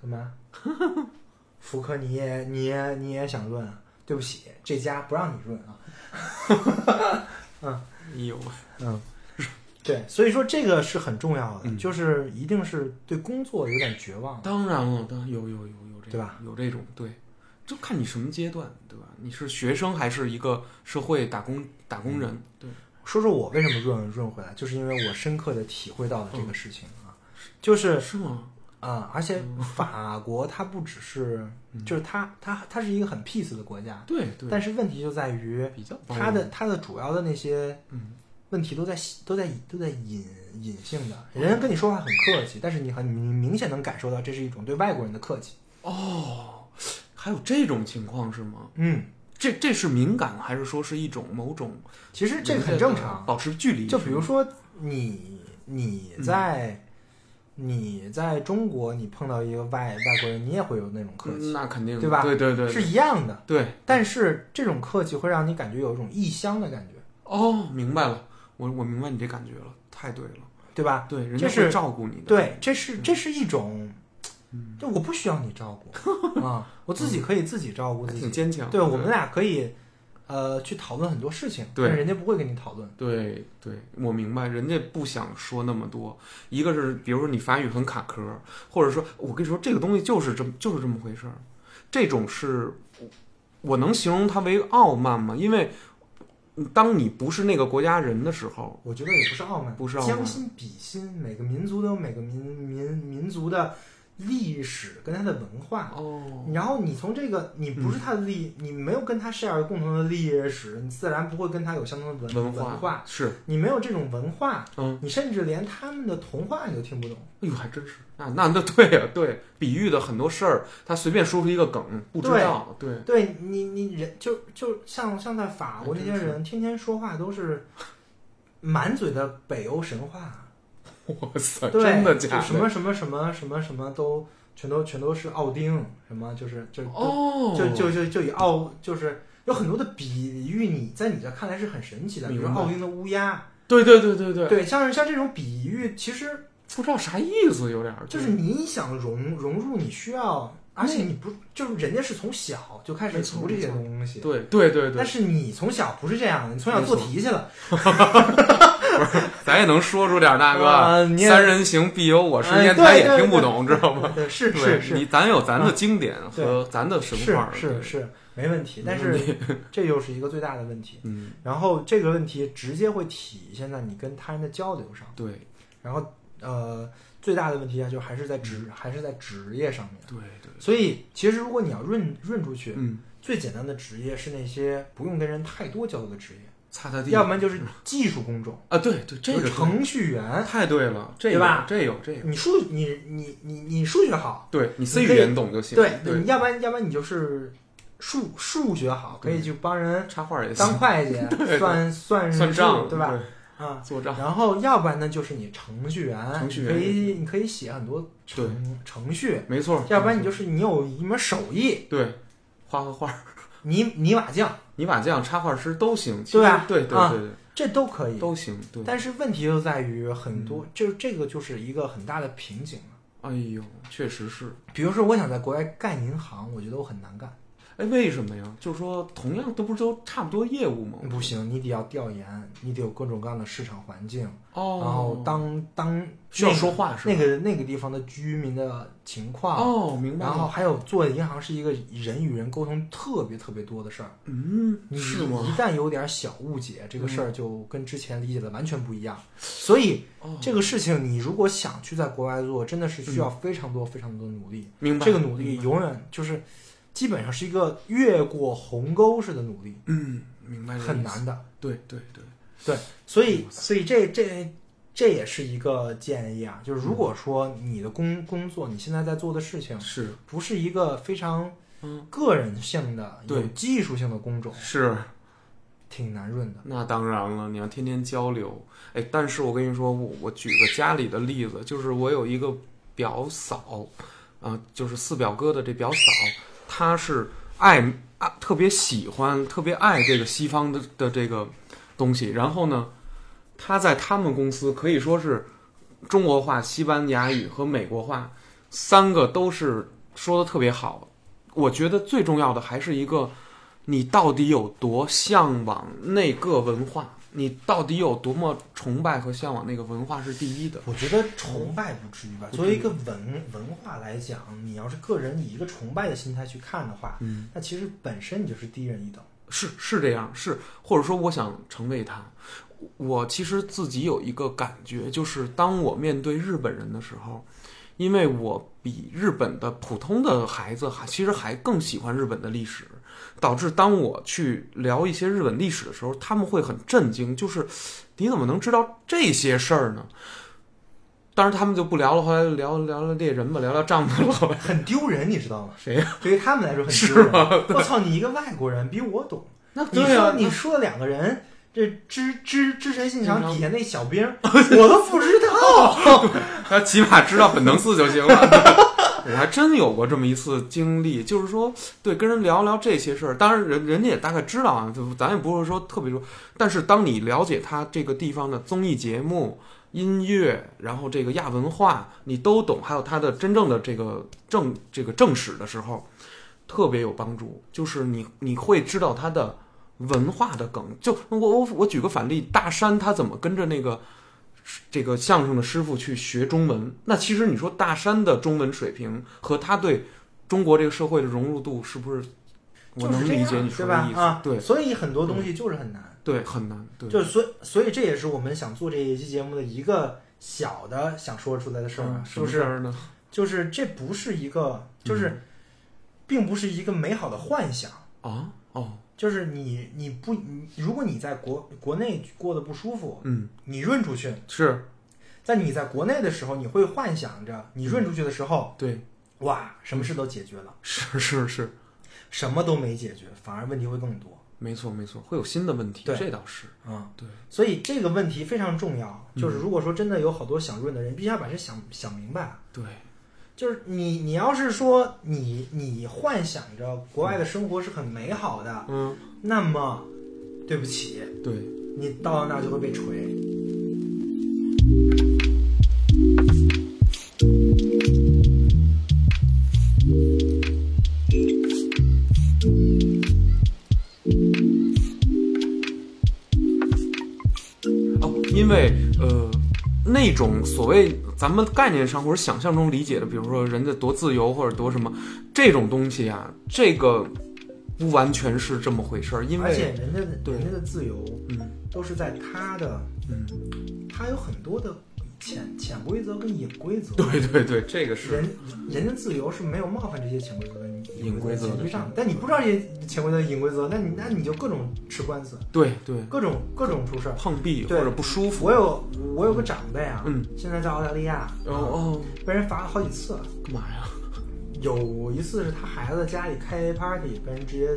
干嘛？ 福柯，你也你也你也想润啊？对不起，这家不让你润啊。你有嗯， 对，所以说这个是很重要的，嗯就是一定是对工作有点绝望。当然了，当然有有有有这对吧？有这种对，就看你什么阶段，对吧？你是学生还是一个社会打工打工人？对，说说我为什么润润回来，就是因为我深刻的体会到了这个嗯事情啊，就是是吗？啊、而且嗯法国它不只是，就是它它它是一个很 peace 的国家，对嗯对，但是问题就在于比较包它容的它的主要的那些嗯问题都在都在都在隐隐性的，人家跟你说话很客气，但是你很你明显能感受到这是一种对外国人的客气，哦，还有这种情况是吗？嗯，这这是敏感，还是说是一种某种？其实这个很正常，保持距离。就比如说你嗯你在、你在中国，你碰到一个外外国人，你也会有那种客气，那肯定对吧对对嗯对，是一样的。对。但是这种客气会让你感觉有一种异乡的感觉，哦，明白了，我我明白你这感觉了，太对了，对吧？对，人家这会是照顾你的，，嗯对，这是这是一种，就我不需要你照顾啊、我自己可以自己照顾还自挺己。坚强。对，我们俩可以呃去讨论很多事情，对但人家不会跟你讨论。对对，我明白，人家不想说那么多。一个是，比如说你法语很卡壳，或者说我跟你说这个东西就是这么就是这么回事儿，这种是，我能形容它为傲慢吗？因为当你不是那个国家人的时候，我觉得也不是傲慢，不是傲慢将心比心，每个民族都有每个民民民族的历史跟它的文化。哦，然后你从这个，你不嗯是他的利，你没有跟他 share 共同的历史，你自然不会跟他有相同的文文化化。是，你没有这种文化，嗯，你甚至连他们的童话你都听不懂。哎呦，还真是，那那那对呀、对，比喻的很多事儿，他随便说出一个梗，不知对道， 对，对你，你人就就像像在法国那些还真是人，天天说话都是满嘴的北欧神话，哇塞，对，呃真的就假的？什么什么什么什么什么都全都全都是奥丁，什么就是就哦，就就就就以奥就是有很多的比喻你，在你这看来是很神奇的，比如说明白奥丁的乌鸦，对对对对对，对，像是像这种比喻，其实不知道啥意思，有点儿就是你想融融入，你需要，而且你不就是人家是从小就开嗯始没错读这些没错东西。对对对但对，是你从小不是这样的，你从小做题去了，咱也能说出点儿，大哥。啊你也三人行必有我师哎焉，他对也对听不对懂，知道吗？对，是对是是，你咱有咱的经典和咱的神是话，对嗯是，是，没问题。没但问是这又是一个最大的问题。嗯，然后这个问题直接会体现在你跟他人的交流上，对然后呃，最大的问题啊，就还是在嗯职，还是在职业上面。对对，所以其实如果你要润润出去，嗯，最简单的职业是那些不用跟人太多交流的职业，擦擦地要不然就是技术工种，啊，对对，这比个如程序员对。太对了，这对吧有这有这有，你数你你你你数学好，对你 C 你语可以言懂就行，对，对你，要不然要不然你就是数数学好，可以去帮人插画也行当，会计 对算算算数账对吧？？啊，做账，然后要不然呢，就是你程序员，程序你员可以你可以写很多程程序，没错。要不然你就就是你有一门手艺，对画个画，泥泥瓦匠泥瓦匠、插画师都行，其对实吧对对啊对对，这都可以。都嗯行，对。但是问题就在于很多，就这个就是一个很大的瓶颈了。哎呦，确实是。比如说，我想在国外干银行，我觉得我很难干。哎，为什么呀？就是说，同样都不是都差不多业务吗？不行，你得要调研，你得有各种各样的市场环境，哦，然后当当需要那个说话是吧？那个那个地方的居民的情况，哦，明白啊然了。后还有做银行是一个人与人沟通特别特别多的事儿，嗯，你是一吗？嗯旦有点小误解，这个事儿就跟之前理解的完全不一样。所以哦，这个事情你如果想去在国外做，真的是需要非常多非常多的努力。明白这个努力永远就是基本上是一个越过鸿沟式的努力，嗯，明白这个意很思。难的。对对对，对，所以所以这这这也是一个建议啊，就是如果说你的工工作你现在在做的事情是不是一个非常嗯个人性的、对有技术性的工种，是，啊挺难润的。那当然了，你要天天交流。哎，但是我跟你说，我我举个家里的例子，就是我有一个表嫂，啊、就是四表哥的这表嫂，她是爱。啊特别喜欢、特别爱这个西方的的这个东西。然后呢，他在他们公司可以说是中国话、西班牙语和美国话三个都是说的特别好。我觉得最重要的还是一个，你到底有多向往那个文化，你到底有多么崇拜和向往那个文化是第一的。我觉得崇拜不至于吧。作为一个文文化来讲，你要是个人以一个崇拜的心态去看的话，嗯，那其实本身你就是低人一等。是是这样，是或者说我想成为他。我其实自己有一个感觉，就是当我面对日本人的时候，因为我比日本的普通的孩子还其实还更喜欢日本的历史，导致当我去聊一些日本历史的时候，他们会很震惊，就是你怎么能知道这些事儿呢？当然他们就不聊了，后来聊聊聊猎人吧，聊聊丈夫了。很丢人，你知道吗？谁呀、对于他们来说很丢人。我操，你一个外国人比我懂。那你对说啊，你说两个人，这知知知谁信经长常底下那小 兵儿，我都不知道。他起码知道本能寺就行了。 我还真有过这么一次经历，就是说，对，跟人聊聊这些事儿，当然人人家也大概知道啊，就咱也不是说特别说，但是当你了解他这个地方的综艺节目、音乐，然后这个亚文化，你都懂，还有他的真正的这个正这个正史的时候，特别有帮助，就是你你会知道他的文化的梗。就我我我举个反例，大山他怎么跟着那个这个相声的师傅去学中文。那其实你说大山的中文水平和他对中国这个社会的融入度，是不是我能理解你对说吧的意？思？啊，对所以很多东西就是很难，对，很难。对，就是所以所以这也是我们想做这一期节目的一个小的想说出来的事儿啊，嗯是什么不事是？儿嗯呢？就是这不是一个，就是并不是一个美好的幻想。啊，哦，就是你，你不，你如果你在国国内过得不舒服，嗯，你润出去，是在你在国内的时候，你会幻想着你润出去的时候，对，哇，什么事都解决了，是是是，什么都没解决，反而问题会更多。没错没错，会有新的问题，对这倒是。啊、对，嗯所以这个问题非常重要。就是如果说真的有好多想润的人，必须要把这想想明白啊。对，就是你，你要是说你你幻想着国外的生活是很美好的，嗯，那么对不起，对，你到了那儿就会被锤。哦，因为呃，那种所谓咱们概念上或者想象中理解的，比如说人家多自由或者多什么这种东西啊，这个不完全是这么回事儿，因而且为人家的对人家的自由嗯都是在他的，嗯，他有很多的潜潜规则跟隐规则。对对对，这个是人人家自由是没有冒犯这些潜规则跟隐规则前提的上的，但你不知道这些潜规则、隐规则，那你那你就各种吃官司，对对各种各种出事儿。碰壁或对者不舒服，我有我有个长辈啊，嗯，现在在澳大利亚，啊哦哦，被人罚了好几次了。干嘛呀？有一次是他孩子家里开 party，被人直接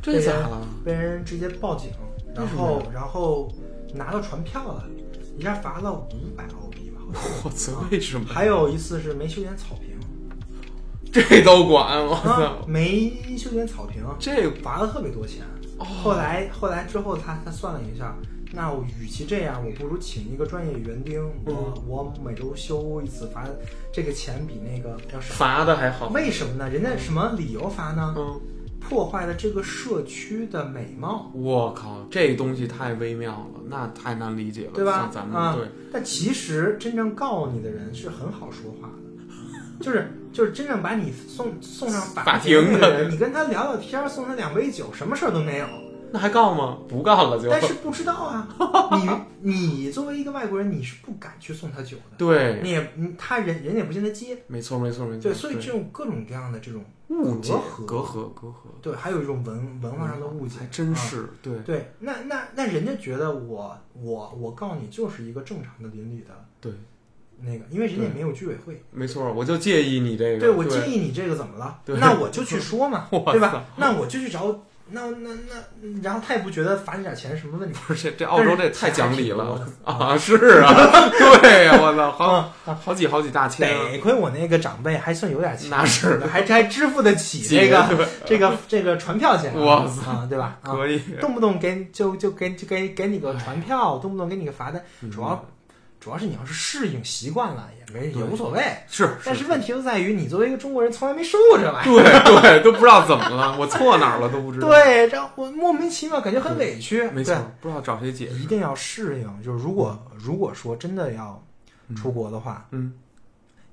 这咋了？ 被人直接报警，然后然后拿到传票了，一下罚了五百澳币吧。好 像我操，为什么还有一次是没修剪草坪， 这都管？我啊操，，没修剪草坪，这罚了特别多钱。哦后来后来之后他他算了一下，那我与其这样，我不如请一个专业园丁，嗯我我每周修一次，罚这个钱比那个要少。罚的还好，为什么呢？人家什么理由罚呢？嗯，破坏了这个社区的美貌。我靠，这东西太微妙了，那太难理解了，对吧像咱啊们对。但其实真正告你的人是很好说话的，就是就是真正把你送送上法法庭的那个的人，你跟他聊聊天儿，送他两杯酒，什么事儿都没有。那还告吗？不告了就。但是不知道啊， 你你作为一个外国人，你是不敢去送他酒的，对，你也你他人人也不见他接，没错没错没错。对，所以这种各种各样的这种误解隔隔阂、阂隔阂，对，还有一种文文化上的误解，还真啊是对对，那那那人家觉得我我我告你就是一个正常的邻里的对，那个，因为人家也对没有居委会。没错，我就介意你这个。对，我介介意。意你这个怎么了？对那我就去说嘛， 哇塞对吧？那我就去找那那那，然后他也不觉得罚你点钱什么问题。 不是这这澳洲这也太讲理但是了钱啊！是啊， 对呀、我操，好啊，好几好几大千、啊，得亏我那个长辈还算有点钱，那是还还支付得起这个对这个这个传票钱啊，哇啊，对吧？啊，可以，动不动给就就给就给给你个传票，动不动给你个罚单，嗯主要主要是你要是适应习惯了也没也对无所谓。是，但是问题就在于你作为一个中国人，从来没受过这玩意 儿。对对，都不知道怎么了，我错哪儿了都不知道，对，这我莫名其妙感觉很委屈。啊没错，不知道找谁解对，释一，定要适应。就是如果如果说真的要出国的话，嗯，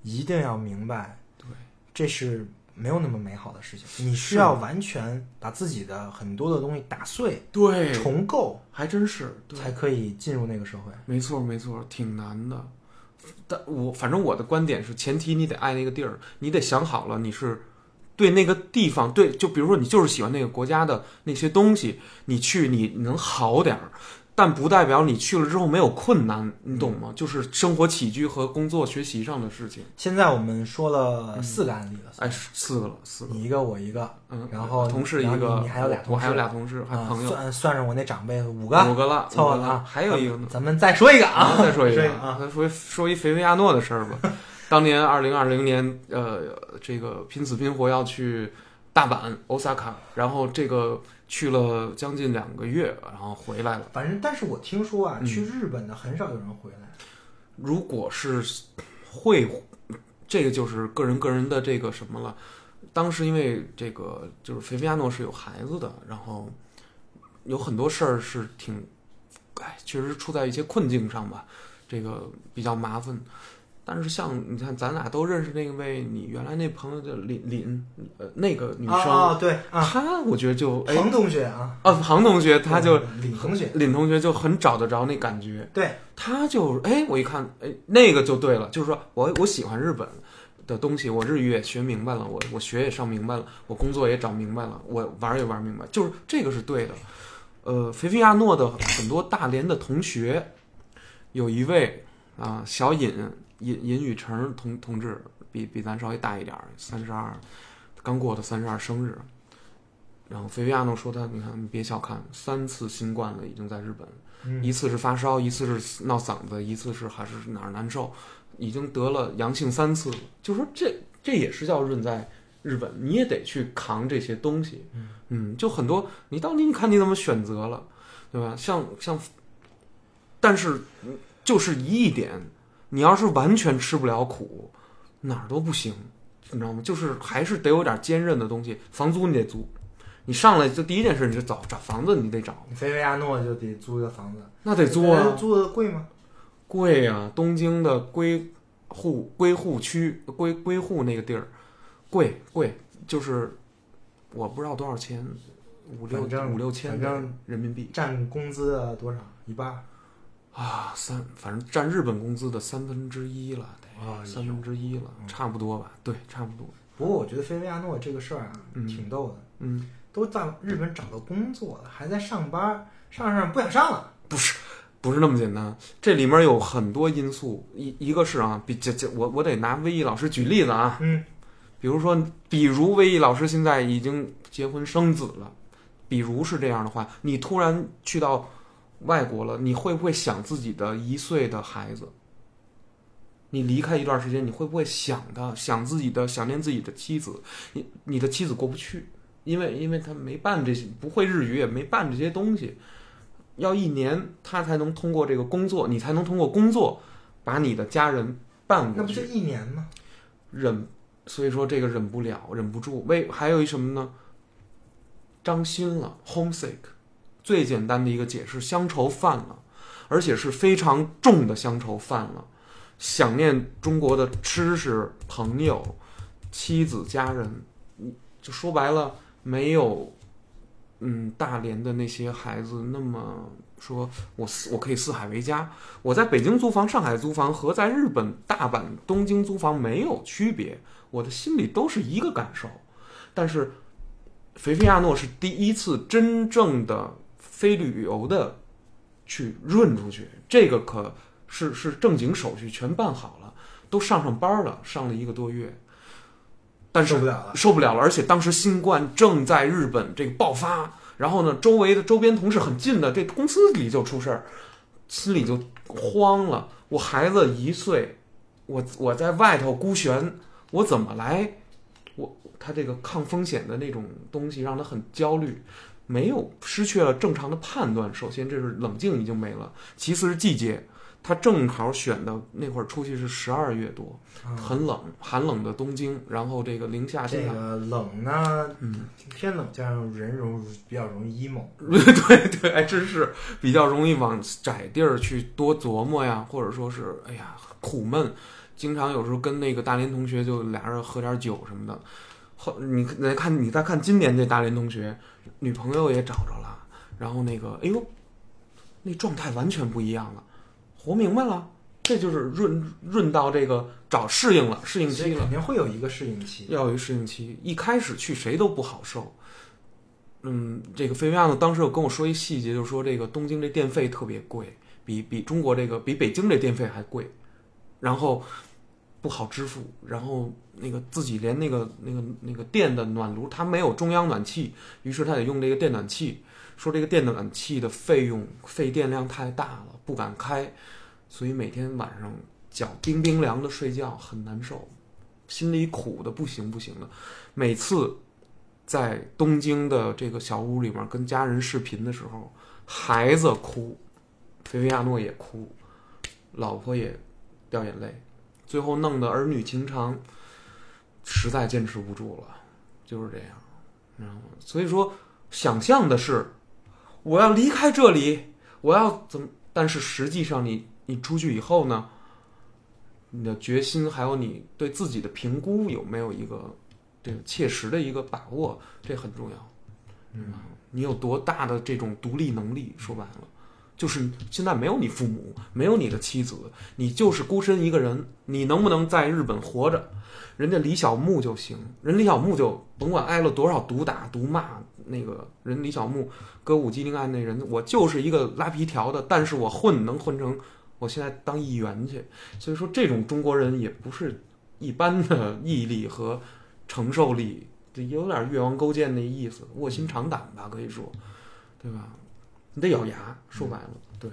一定要明白，对，这是没有那么美好的事情。你需要完全把自己的很多的东西打碎、对，重构，还真是，对，才可以进入那个社会。没错没错，挺难的。但我反正我的观点是，前提你得爱那个地儿，你得想好了你是对那个地方，对，就比如说你就是喜欢那个国家的那些东西，你去你你能好点儿，但不代表你去了之后没有困难，你懂吗？就是生活起居和工作学习上的事情。现在我们说了四个案例了，哎，四个了，四个，你一个，我一个，嗯，然后同事一哦然后个，你你还有俩同事我还有俩同事，还有啊朋友，算算上我那长辈五个，五个了，凑合五了个啊了，还有一个呢。咱们再说一个啊，嗯再说一 说个一个啊再说一说一肥肥亚诺的事儿吧。当年二零二零年，呃，这个拼死拼活要去大阪、Osaka，然后这个去了将近两个月，然后回来了。反正，但是我听说啊，嗯去日本的很少有人回来。如果是会，这个就是个人个人的这个什么了。当时因为这个就是菲菲亚诺是有孩子的，然后有很多事儿是挺，哎，确实处在一些困境上吧，这个比较麻烦。但是像你看，咱俩都认识那位你原来那朋友的林林，呃，那个女生，啊，啊对啊，她我觉得就哎，彭同学啊，啊，庞同学，她就对李同学，林同学就很找得着那感觉。对，他就哎，我一看，哎，那个就对了，就是说我我喜欢日本的东西，我日语也学明白了，我我学也上明白了，我工作也找明白了，我玩儿也玩儿明白，就是这个是对的。呃，菲菲亚诺的很多大连的同学，有一位啊、小尹尹尹宇成同同志，比比咱稍微大一点儿，三十二，刚过的三十二生日。然后菲菲亚诺说他，你看你别小看，三次新冠了，已经在日本。嗯一次是发烧，一次是闹嗓子，一次是还是哪儿难受，已经得了阳性三次了。就说这这也是叫润在日本，你也得去扛这些东西。嗯就很多你到底你看你怎么选择了，对吧？像像，但是嗯就是一点，你要是完全吃不了苦，哪儿都不行，你知道吗？就是还是得有点坚韧的东西。房租你得租，你上来就第一件事你就找找房子，你得找，嗯菲菲亚诺就得租一个房子，那得租啊。租的贵吗？贵呀、东京的龟户龟户区龟龟户那个地儿，贵贵，就是我不知道多少钱，五六反正五六千反正人民币占工资的多少？一半儿啊，三反正占日本工资的三分之一了，啊得三分之一了，差不多吧？对，差不多。不过我觉得菲菲亚诺这个事儿啊，嗯挺逗的，嗯，都到日本找到工作了，还在上班儿，上上不想上了。不是那么简单，这里面有很多因素，一一个是啊，比这这我我得拿威毅老师举例子啊，嗯，比如说，比如魏毅老师现在已经结婚生子了，比如是这样的话，你突然去到外国了，你会不会想自己的一岁的孩子？你离开一段时间，你会不会想他，想自己的，想念自己的妻子？你你的妻子过不去，因为因为他没办这些，不会日语，也没办这些东西，要一年他才能通过这个工作，你才能通过工作把你的家人办过去。那不就一年吗？忍，所以说这个忍不了，忍不住。为还有一什么呢？张心了，homesick，最简单的一个解释，乡愁犯了，而且是非常重的乡愁犯了，想念中国的吃食、朋友、妻子、家人，嗯就说白了，没有，嗯，大连的那些孩子那么说，我四我可以四海为家，我在北京租房、上海租房和在日本大阪、东京租房没有区别，我的心里都是一个感受。但是，菲菲亚诺是第一次真正的非旅游的去润出去，这个可是是正经手续全办好了，都上上班了，上了一个多月，但是受不了了。受不了了，而且当时新冠正在日本这个爆发，然后呢，周围的周边同事很近的，这公司里就出事儿，心里就慌了。我孩子一岁，我我在外头孤悬，我怎么来？我他这个抗风险的那种东西让他很焦虑，没有失去了正常的判断。首先，这是冷静已经没了，其次是季节，他正好选的那会儿出去是十二月多，啊很冷，寒冷的东京，然后这个零下这经常个冷呢，嗯，天冷加上人容易比较容易 emo， 对对，还真是比较容易往窄地儿去多琢磨呀，或者说是哎呀苦闷，经常有时候跟那个大连同学就俩人喝点酒什么的。后你你看你再看今年这大连同学，女朋友也找着了，然后那个哎呦，那状态完全不一样了，活明白了，这就是润润到这个找适应了适应所期以了。肯定会有一个适应期。要有一适应期，一开始去谁都不好受。嗯，这个菲菲亚诺当时有跟我说一细节，就是说这个东京这电费特别贵，比比中国这个比北京这电费还贵，然后不好支付，然后那个自己连那个那个那个电的暖炉，它没有中央暖气，于是他得用这个电暖气，说这个电暖气的费用费电量太大了，不敢开，所以每天晚上脚冰冰凉的睡觉很难受。心里苦的不行不行的。每次在东京的这个小屋里面跟家人视频的时候，孩子哭，菲菲亚诺也哭，老婆也掉眼泪，最后弄得儿女情长，实在坚持不住了，就是这样。然后，所以说，想象的是我要离开这里，我要怎么？但是实际上你，你出去以后呢，你的决心还有你对自己的评估有没有一个这个切实的一个把握，这很重要。啊嗯，你有多大的这种独立能力？说白了，就是现在没有你父母，没有你的妻子，你就是孤身一个人，你能不能在日本活着？人家李小牧就行，人李小牧就甭管挨了多少毒打毒骂，那个人李小牧歌舞伎町案那人，我就是一个拉皮条的，但是我混能混成，我现在当议员去。所以说，这种中国人也不是一般的毅力和承受力，这有点越王勾践那意思，卧薪尝胆吧，可以说，对吧？你得咬牙，说白了，对。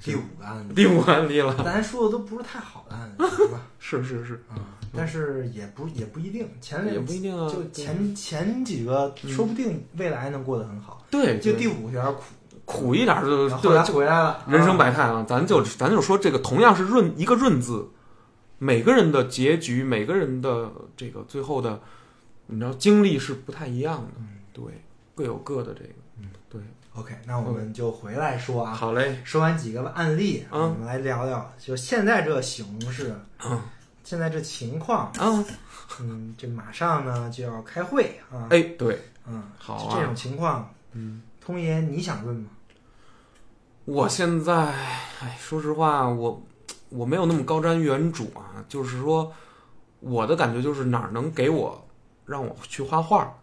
第五 个案例，第五案例了，咱说的都不是太好的案例，是吧？是是是，啊，但是也不也不一定，前嗯也两不一定啊。嗯就前前几个，说不定未来能过得很好。对，就对第五个有点苦，苦一点就然后后对来回来了，人生啊百态啊，咱就咱就说这个同样是润一个润字，每个人的结局，每个人的这个最后的，你知道经历是不太一样的，嗯对，各有各的这个，嗯对， OK，那我们就回来说啊，好嘞，说完几个案例，啊嗯我们来聊聊，就现在这形势，嗯现在这情况，啊，嗯，这马上呢就要开会啊，哎，对，嗯，好这啊，种情况，嗯，通爷你想润吗？我现在，哎，说实话，我我没有那么高瞻远瞩啊，就是说，我的感觉就是哪儿能给我让我去画画，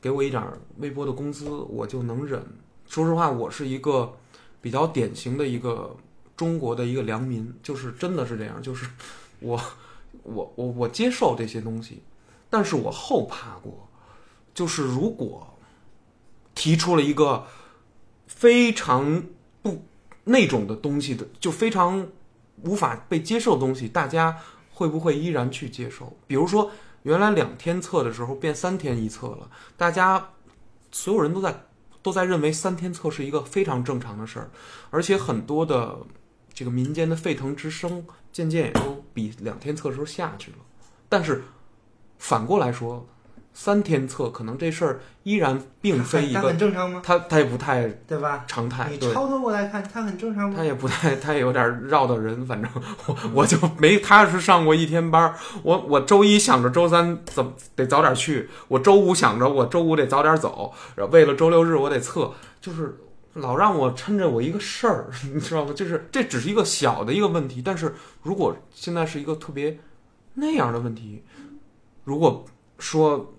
给我一点儿微薄的工资，我就能忍。说实话，我是一个比较典型的一个中国的一个良民，就是真的是这样，就是我我我我接受这些东西，但是我后怕过，就是如果提出了一个非常不那种的东西的，就非常无法被接受的东西，大家会不会依然去接受？比如说，原来两天测的时候变三天一测了，大家所有人都在都在认为三天测是一个非常正常的事儿，而且很多的这个民间的沸腾之声，渐渐也都比两天测的时候下去了。但是反过来说，三天测可能这事儿依然并非一它个很，正常吗？它它也不太对吧？常态，你对，超脱过来看，它很正常吗？他也不太，他也有点绕的人，反正我我就没踏实上过一天班儿。我我周一想着周三怎么得早点去，我周五想着我周五得早点走，然后为了周六日我得测，就是老让我抻着我一个事儿， 你知道吗？就是这只是一个小的一个问题，但是如果现在是一个特别那样的问题，如果说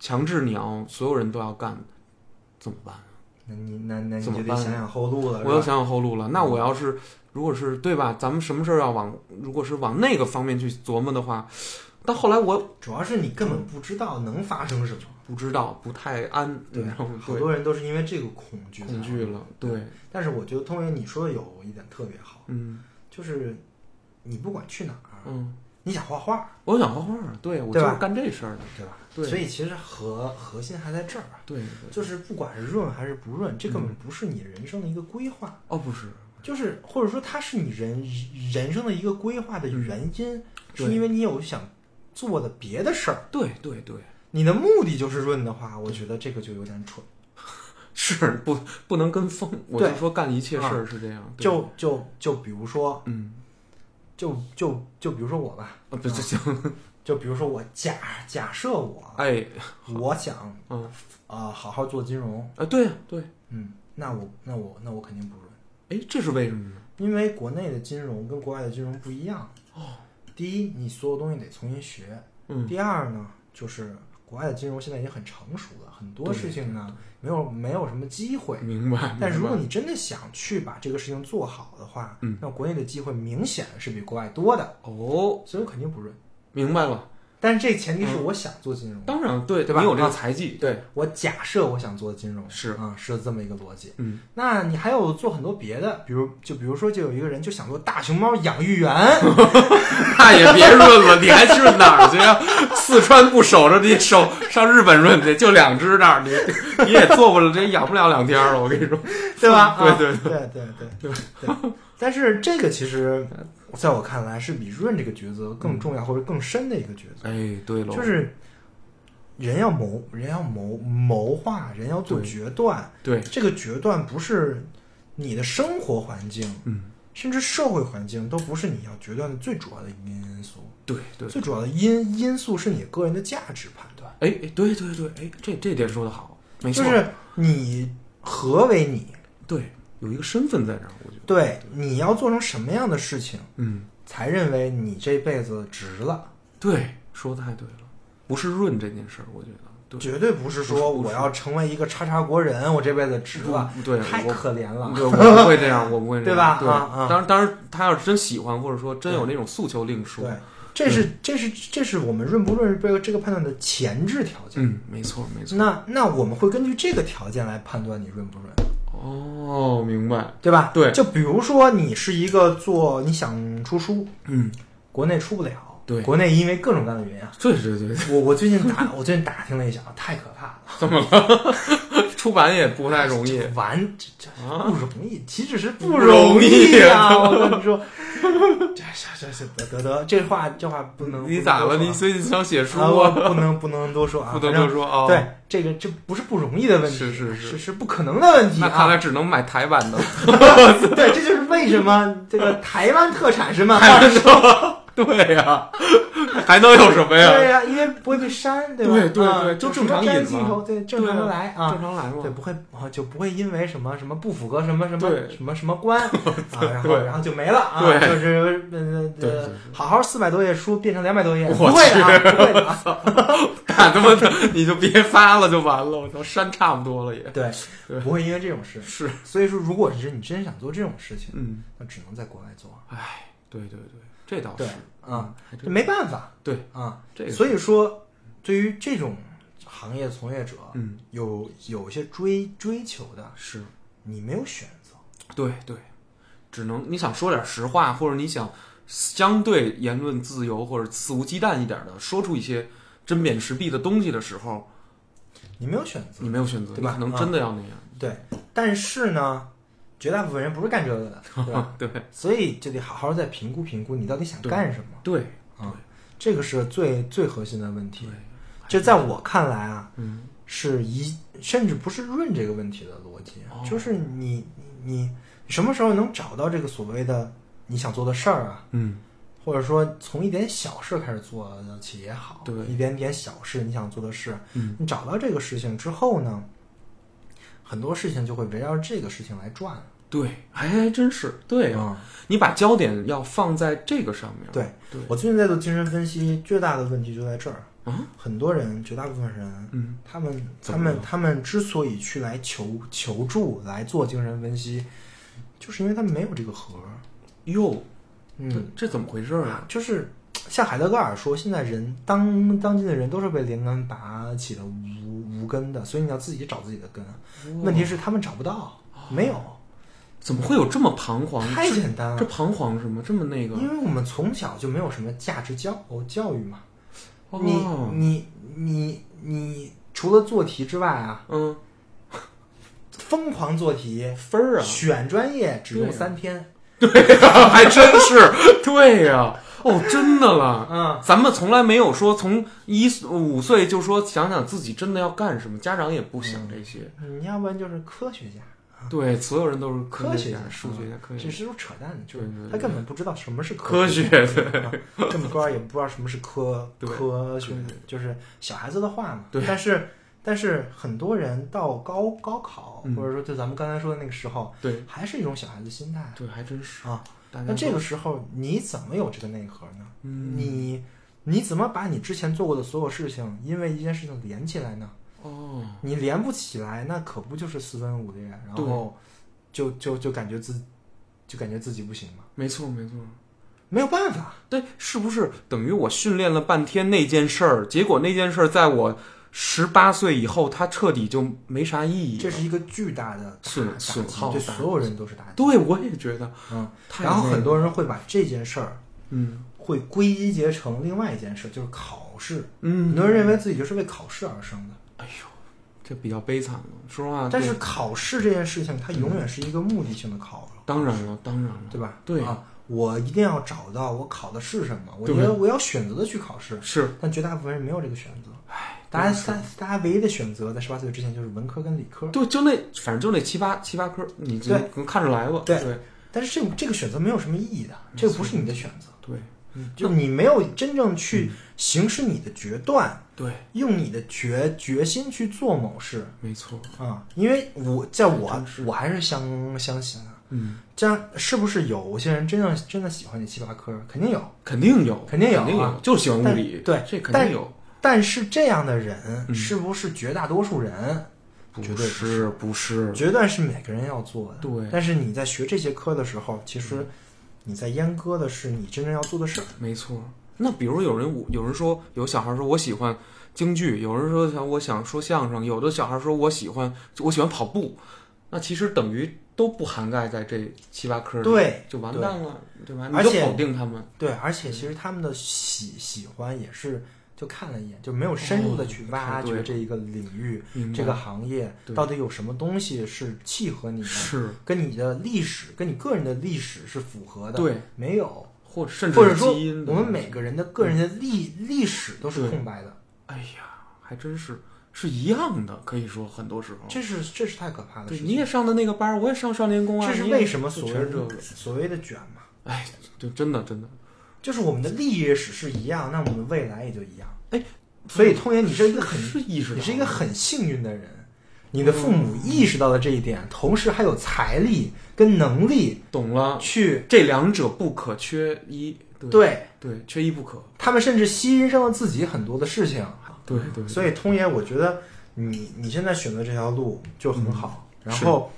强制你要所有人都要干，怎么办？那你那那你怎么就得办想想后路了，我又是吧？嗯想想后路了。那我要是如果是对吧，咱们什么事儿要往如果是往那个方面去琢磨的话，但后来我主要是你根本不知道能发生什么。不知道，不太安，对然后好多人啊都是因为这个恐惧，嗯恐惧。了，对，但是我觉得通源你说的有一点特别好，嗯就是你不管去哪儿，嗯，你想画画，我想画画，对我就对吧是干这事儿的，对吧？对所以其实核核心还在这儿，对，对就是不管是润还是不润，这根本不是你人生的一个规划，哦，不是，就是或者说它是你人人生的一个规划的原因，嗯对是因为你有想做的别的事儿。对对对，你的目的就是润的话，我觉得这个就有点蠢，是不不能跟风，我嗯对啊就说干一切事儿是这样，对就就就比如说，嗯，就就就比如说我吧，啊不就行，就比如说我假假设我哎我想嗯啊、呃好好做金融，啊对呀对，嗯，那我那我那我肯定不润，哎这是为什么呢？因为国内的金融跟国外的金融不一样。哦，第一，你所有东西得重新学；嗯第二呢，就是国外的金融现在已经很成熟了，很多对事情呢没有没有什么机会。明白，但明如白果你真的想去把这个事情做好的话，嗯那国内的机会明显是比国外多的，哦所以我肯定不润。明白了，但是这前提是我想做金融，嗯当然对对吧你有这个才技，对，我假设我想做金融是啊、是这么一个逻辑。嗯，那你还有做很多别的，比如就比如说，就有一个人就想做大熊猫养育 员，那也别润 了，你还去哪儿去呀？四川不守着，你守上日本润去，就两只那儿，你你 也做不了，这养不了两天了，我跟你说，对吧？对啊 对对对对对对。但是这个其实在我看来是比润这个角色嗯更重要或者更深的一个角色，哎，对喽，就是人要谋人要谋谋划，人要做对决断，对，这个决断不是你的生活环境，嗯，甚至社会环境都不是你要决断的最主要的因素。对对，最主要的因因素是你个人的价值判断，哎哎，对对对，哎，这这点说的好，没就错，是你何为你，对，有一个身份在这儿，我觉得，对，你要做成什么样的事情，嗯，才认为你这辈子值了，对，说的太对了，不是润这件事儿，我觉得，对，绝对不是说不是不我是要成为一个叉叉国人，我这辈子值了，不对太我可怜了，对，我不会这样，我不会这样， 对吧对，啊啊当然，当然，他要是真喜欢，或者说真有那种诉求，另说对。，这是嗯这是这是我们润不润这个这个判断的前置条件。嗯，没错，没错。那那我们会根据这个条件来判断你润不润，哦，明白。对吧？对就比如说你是一个做你想出书，嗯，国内出不了，对国内因为各种各样的原因啊，对对对，我我最近打 我最近打听了一下，太可怕了，出版也不太容易这玩这这啊不容易，岂止是不容容易易啊啊！我跟你说，这这这这得得得，这话这话不能你咋了？不你能多说最近想写书啊，我不能不能多说啊，不得反正不说啊。对，这个这不是不容易的问题，是是是是不可能的问题那看啊！来只能买台版 的了。对，这就是为什么这个台湾特产是漫台画湾说，对呀，还能有什么对呀？呀、因为不会被删，对吧？对对啊对就正常什么引粘嘛镜头，对，正常的来啊，正常来嘛对，。不会啊，就不会因为什么什么不符合什么什么对什么什么 关啊，然后对然后就没了啊，对就是呃对对呃对，好好四百多页书变成两百多页，不我会的啊，不会的啊，打他妈的，你就别发了，就完了。我操，删差不多了也。对 对，不会因为这种事。是，所以说，如果是你真想做这种事情，嗯，那只能在国外做，哎，对对对，这倒对是，嗯啊，还这真没办法，对啊，这个是，所以说，对于这种行业从业者，嗯，有有一些追追求的，是。你没有选择，对对，只能你想说点实话，或者你想相对言论自由或者肆无忌惮一点的说出一些针砭时弊的东西的时候，你没有选择你，没有选择，对吧你可能真的要那样。对。但是呢，绝大部分人不是干这个的，嗯 对吧？对所以就得好好再评估评估，你到底想对干什么对啊？这个是最最核心的问题对。，这在我看来啊，嗯是一甚至不是润这个问题的逻辑，哦就是你你你什么时候能找到这个所谓的你想做的事儿啊？嗯，或者说从一点小事开始做起也好，对一点点小事你想做的事，嗯你找到这个事情之后呢，很多事情就会围绕这个事情来转，对，还还真是对啊，啊、你把焦点要放在这个上面。对对，我最近在做精神分析，最大的问题就在这儿，啊，很多人，绝大部分人。嗯，他们、怎他么们了、他们之所以去来求求助来做精神分析，就是因为他们没有这个核儿。哟，嗯，这怎么回事儿啊？就是像海德格尔说，现在人当当今的人都是被连根拔起的无无根的，所以你要自己找自己的根。哦问题是他们找不到，没有，怎么会有这么彷徨？嗯太哦这简单了这。彷徨是什么？这么那个？因为我们从小就没有什么价值教教育嘛，哦你你你你除了做题之外啊，嗯，疯狂做题，分儿啊，选专业只用对啊三天， 还真是， 对呀、哦，真的了。嗯，咱们从来没有说从一五岁就说想想自己真的要干什么，家长也不嗯想这些。你要不然就是科学家，对，所有人都是科学学家嗯数学家、科这学家是都扯淡的，就是对对对他根本不知道什么是科学，学。啊这么高也不知道什么是科 对科学科学，就是小孩子的话嘛。对但是但是很多人到高高考，嗯或者说就咱们刚才说的那个时候，对还是一种小孩子心态对，还真是。啊。大家那这都个时候你怎么有这个内核呢？嗯你你怎么把你之前做过的所有事情，因为一件事情连起来呢？哦，你连不起来，那可不就是四分五裂，然后就就就感觉自就感觉自己不行嘛，没错没错。没有办法。对，是不是等于我训练了半天那件事儿，结果那件事儿在我十八岁以后，它彻底就没啥意义这了。是一个巨大的损打损打击耗对打所有人都是打击。对，我也觉得。嗯，太然后那个很多人会把这件事儿嗯会归结成另外一件事，就是考试。很嗯，多人认为自己就是为考试而生的，这比较悲惨了。说实话，但啊对嗯是考试这件事情，它永远是一个目的性的考核，当然了，当然了，对吧？对啊，我一定要找到我考的是什么，我觉对得我要选择的去考试，是但绝大部分人没有这个选择。大家大大家唯一的选择在十八岁之前就是文科跟理科，对，就那反正就那七八七八科，你就能看着来吧。对对但是这个这个选择没有什么意义的，这个不是你的选择。对就你没有真正去嗯行使你的决断，对，用你的决决心去做某事没错。啊、因为我在我我还是相相信啊，嗯，这样是不是有些人真正真的喜欢这七八科？肯定有，肯定有，肯定有肯定啊有，就喜欢物但理。对这肯但定有。但是这样的人、嗯是不是绝大多数人？绝对不是，不是，决断是每个人要做的，对嗯但是你在学这些科的时候，其实你在阉割的是你真正要做的事儿。没错。那比如有人，有人说有小孩说我喜欢京剧，有人说想我想说相声，有的小孩说我喜欢我喜欢跑步，那其实等于都不涵盖在这七八科里，对就完对蛋了，对吧？而你就且否定他们，对，而且其实他们的喜喜欢也是就看了一眼，就没有深入的去挖太哦对掘了这一个领域、明白这个行业对到底有什么东西是契合你的，是跟你的历史、跟你个人的历史是符合的。，对，没有，或甚至或者是说基因的我们每个人的个人的历历史都是对空白的，哎呀，还真是是一样的，可以说很多时候。这是这是太可怕的嗯对，事你情。也上的那个班儿，我也上少年宫啊。这是你也为什么所就谓全是这的个？所谓的卷嘛，哎，就真的真的，就是我们的历史是一样，那我们未来也就一样。哎，所以通爷，你是一个很是嗯意识到，你是一个很幸运的人，你的父母意识到了这一点，同时还有财力跟能力懂了，去这两者不可缺一。啊对对对，缺一不可。他们，甚至牺牲了自己很多的事情。对对，所以，通爷，我觉得你你现在选择这条路就很嗯好。然后，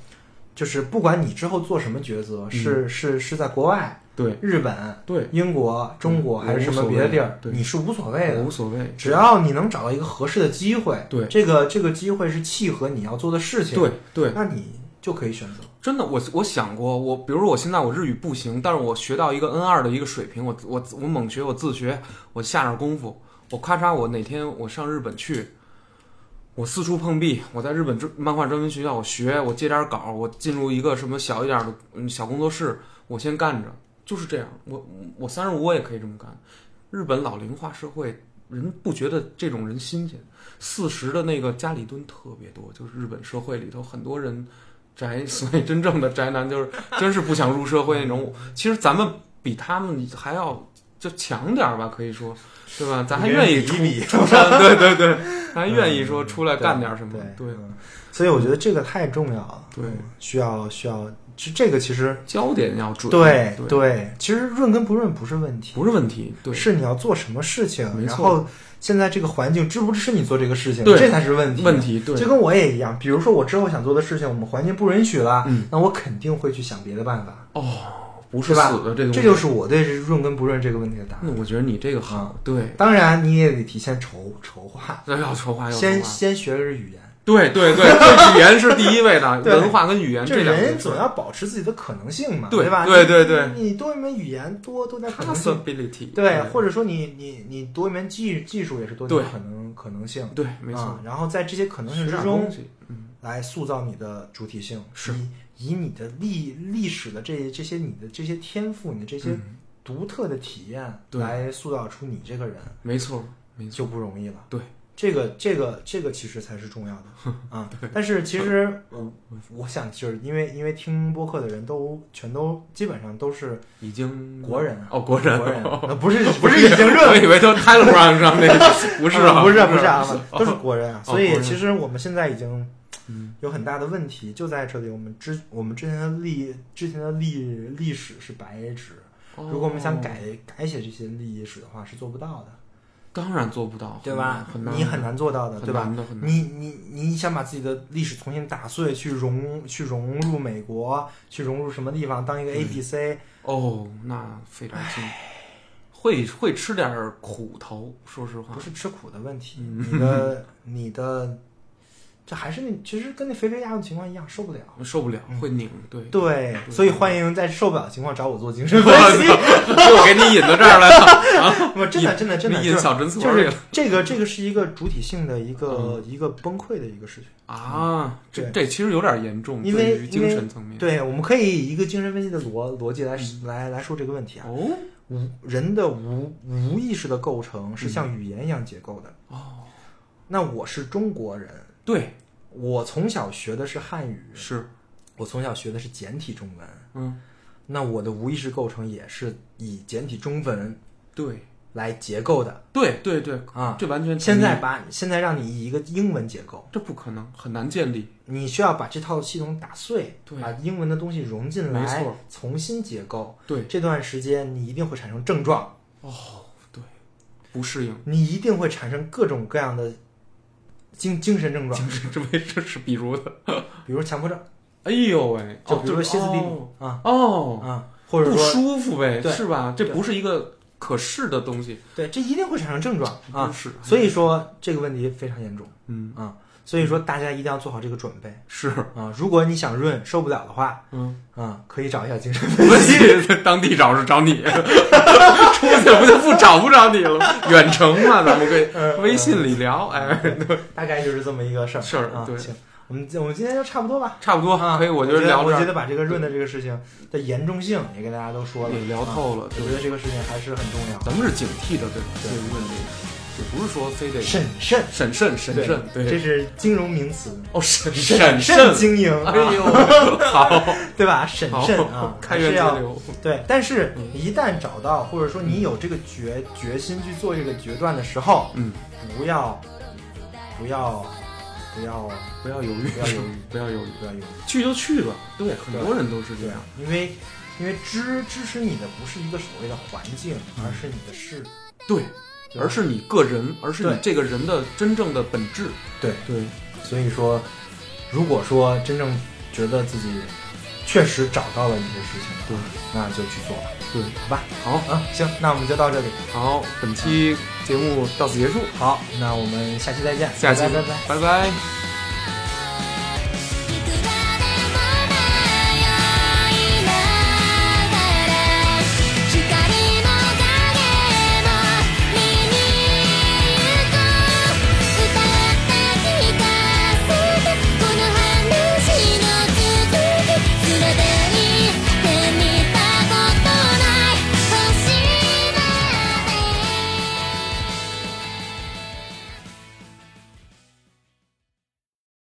就是不管你之后做什么抉择，嗯是是是在国外、对日本、对，英国、中国嗯还是什么别的地我无儿所谓，对你是无所谓我的无。所谓。只要你能找到一个合适的机会，对这个这个机会是契合你要做的事情，对对，那你就可以选择。真的，我我想过，我比如说我现在我日语不行，但是我学到一个 N 二的一个水平，我我我猛学，我自学，我下点功夫，我咔嚓，我哪天我上日本去，我四处碰壁，我在日本专漫画专门学校我学，我接点稿，我进入一个什么小一点的嗯小工作室，我先干着，就是这样。我我三十五我也可以这么干。日本老龄化社会，人不觉得这种人新鲜。四十的那个家里蹲特别多，就是日本社会里头很多人宅， 所以真正的宅男就是真是不想入社会那种。其实咱们比他们还要就强点儿吧，可以说，对吧？咱还愿意出比嗯一比出山，对对对，咱还愿意说出来干点什么，对对，嗯所以我觉得这个太重要了，对嗯，需要需要，这这个其实焦点要准，对对，对，其实润跟不润不是问题，不是问题，对，是你要做什么事情，没错然后现在这个环境支不支持你做这个事情，对这才是问题。啊问题对，就跟我也一样，比如说我之后想做的事情，我们环境不允许了，嗯那我肯定会去想别的办法。哦，不是死的这个问题，这就是我对润跟不润这个问题的答案。那我觉得你这个好，嗯对，当然，你也得提前筹筹划，那要说话要先说话先学是语言。对对对，这语言是第一位的，对文化跟语言就这两个人是总要保持自己的可能性嘛，对吧？对你对对你多一门语言，多多点可能性， possibility，对，或者说你你你多一门技技术也是多点可能可能性，对，没错啊，。然后在这些可能性学之点中东西，嗯，来塑造你的主体性，是以以你的历历史的这这些你的这些天赋，你的这些独特的体验，嗯对来塑造出你这个人没错没错，就不容易了。对。这个这个这个其实才是重要 的啊！但是其实嗯我我想就是因为因为听播客的人都全都基本上都是已经国人啊哦，国人国人，哦呃 不是不是已经我润以为都 telegram 上那个，不是啊，啊不是不不是啊，都是国人啊！哦所国以人其实我们现在已经嗯有很大的问题就在这里，我们之我们之前的历之前的历历史是白纸，哦如果我们想改改写这些历史的话是做不到的，当然做不到，对吧？很难，你很难做到的，很对吧？难的，很难的。你你你想把自己的历史重新打碎，去融去融入美国，去融入什么地方，当一个 A B C，、哦，那非常辛苦，会会吃点儿苦头，说实话不。是吃苦的问题，嗯你的你的，这还是那其实跟那肥肥鸭的情况一样，受不了。受不了，会拧。对，嗯 对，对哎所以欢迎在受不了的情况找我做精神分 析。就给你引到这儿来了， 不，真的真的真的你引就是小诊所就里是了这个这个是一个主体性的一嗯个一个崩溃的一个事情。啊！这对这其实有点严重，因为对于精神层面。对，我们可以以一个精神分析的逻逻辑来来来说这个问题啊。哦无人的无无意识的构成是像语言一样结构的。嗯哦，那我是中国人，对，我从小学的是汉语，是，我从小学的是简体中文。嗯，那我的无意识构成也是以简体中文对，来结构的对对对，啊。这完全现在把现在让你以一个英文结构，这不可能，很难建立。你需要把这套系统打碎，对把英文的东西融进没来错，重新结构。对，这段时间你一定会产生症状。哦，对，不适应， 你一定会产生各种各样的精精神症状，这没这是比如的。比如强迫症，哎呦喂，就哦比如说歇斯底里哦啊哦，啊，或者不说舒服呗，对是吧？这对不是一个可视的东西对，这一定会产生症状啊。是，所以说这个问题非常严重嗯，啊，所以说大家一定要做好这个准备是，啊。如果你想润受不了的话嗯，啊，可以找一下精 神不分析。去当地找是找你， 出去不就不找不着你了？远程嘛，咱们可以嗯呃微信里聊，哎，呃大概就是这么一个事儿。事儿啊，对行，我们我们今天就差不多吧。差不多啊，可以，我觉得聊我这觉儿得把这个润的这个事情的严重性也给大家都说了也，聊啊。透了，我觉对，得这个事情还是很重要的，咱们是警惕的，对吧？对对于问题，也不是说非得审慎。审慎审慎，这对，是金融名词，哦，审审慎慎，经营，哎呦，好，对吧？审慎好啊，，开还是源节要流，对。但是嗯，一旦找到，或者说你有这个决决心去做这个决断的时候，嗯，不要，不要，不要，不要犹豫，不要犹豫，不要犹豫，不要犹豫，去就去吧，对，很对多人都是这对样啊。，因为因为支支持你的不是一个所谓的环境，而是你的事，对，对吧而是你个人，而是你对这个人的真正的本质。对。对，所以说，如果说真正觉得自己确实找到了一些事情，对，那就去做吧，对，好吧？好，啊，行，那我们就到这里。好，本期节目到此结束，好，那我们下期再见，下期拜拜拜拜。拜拜。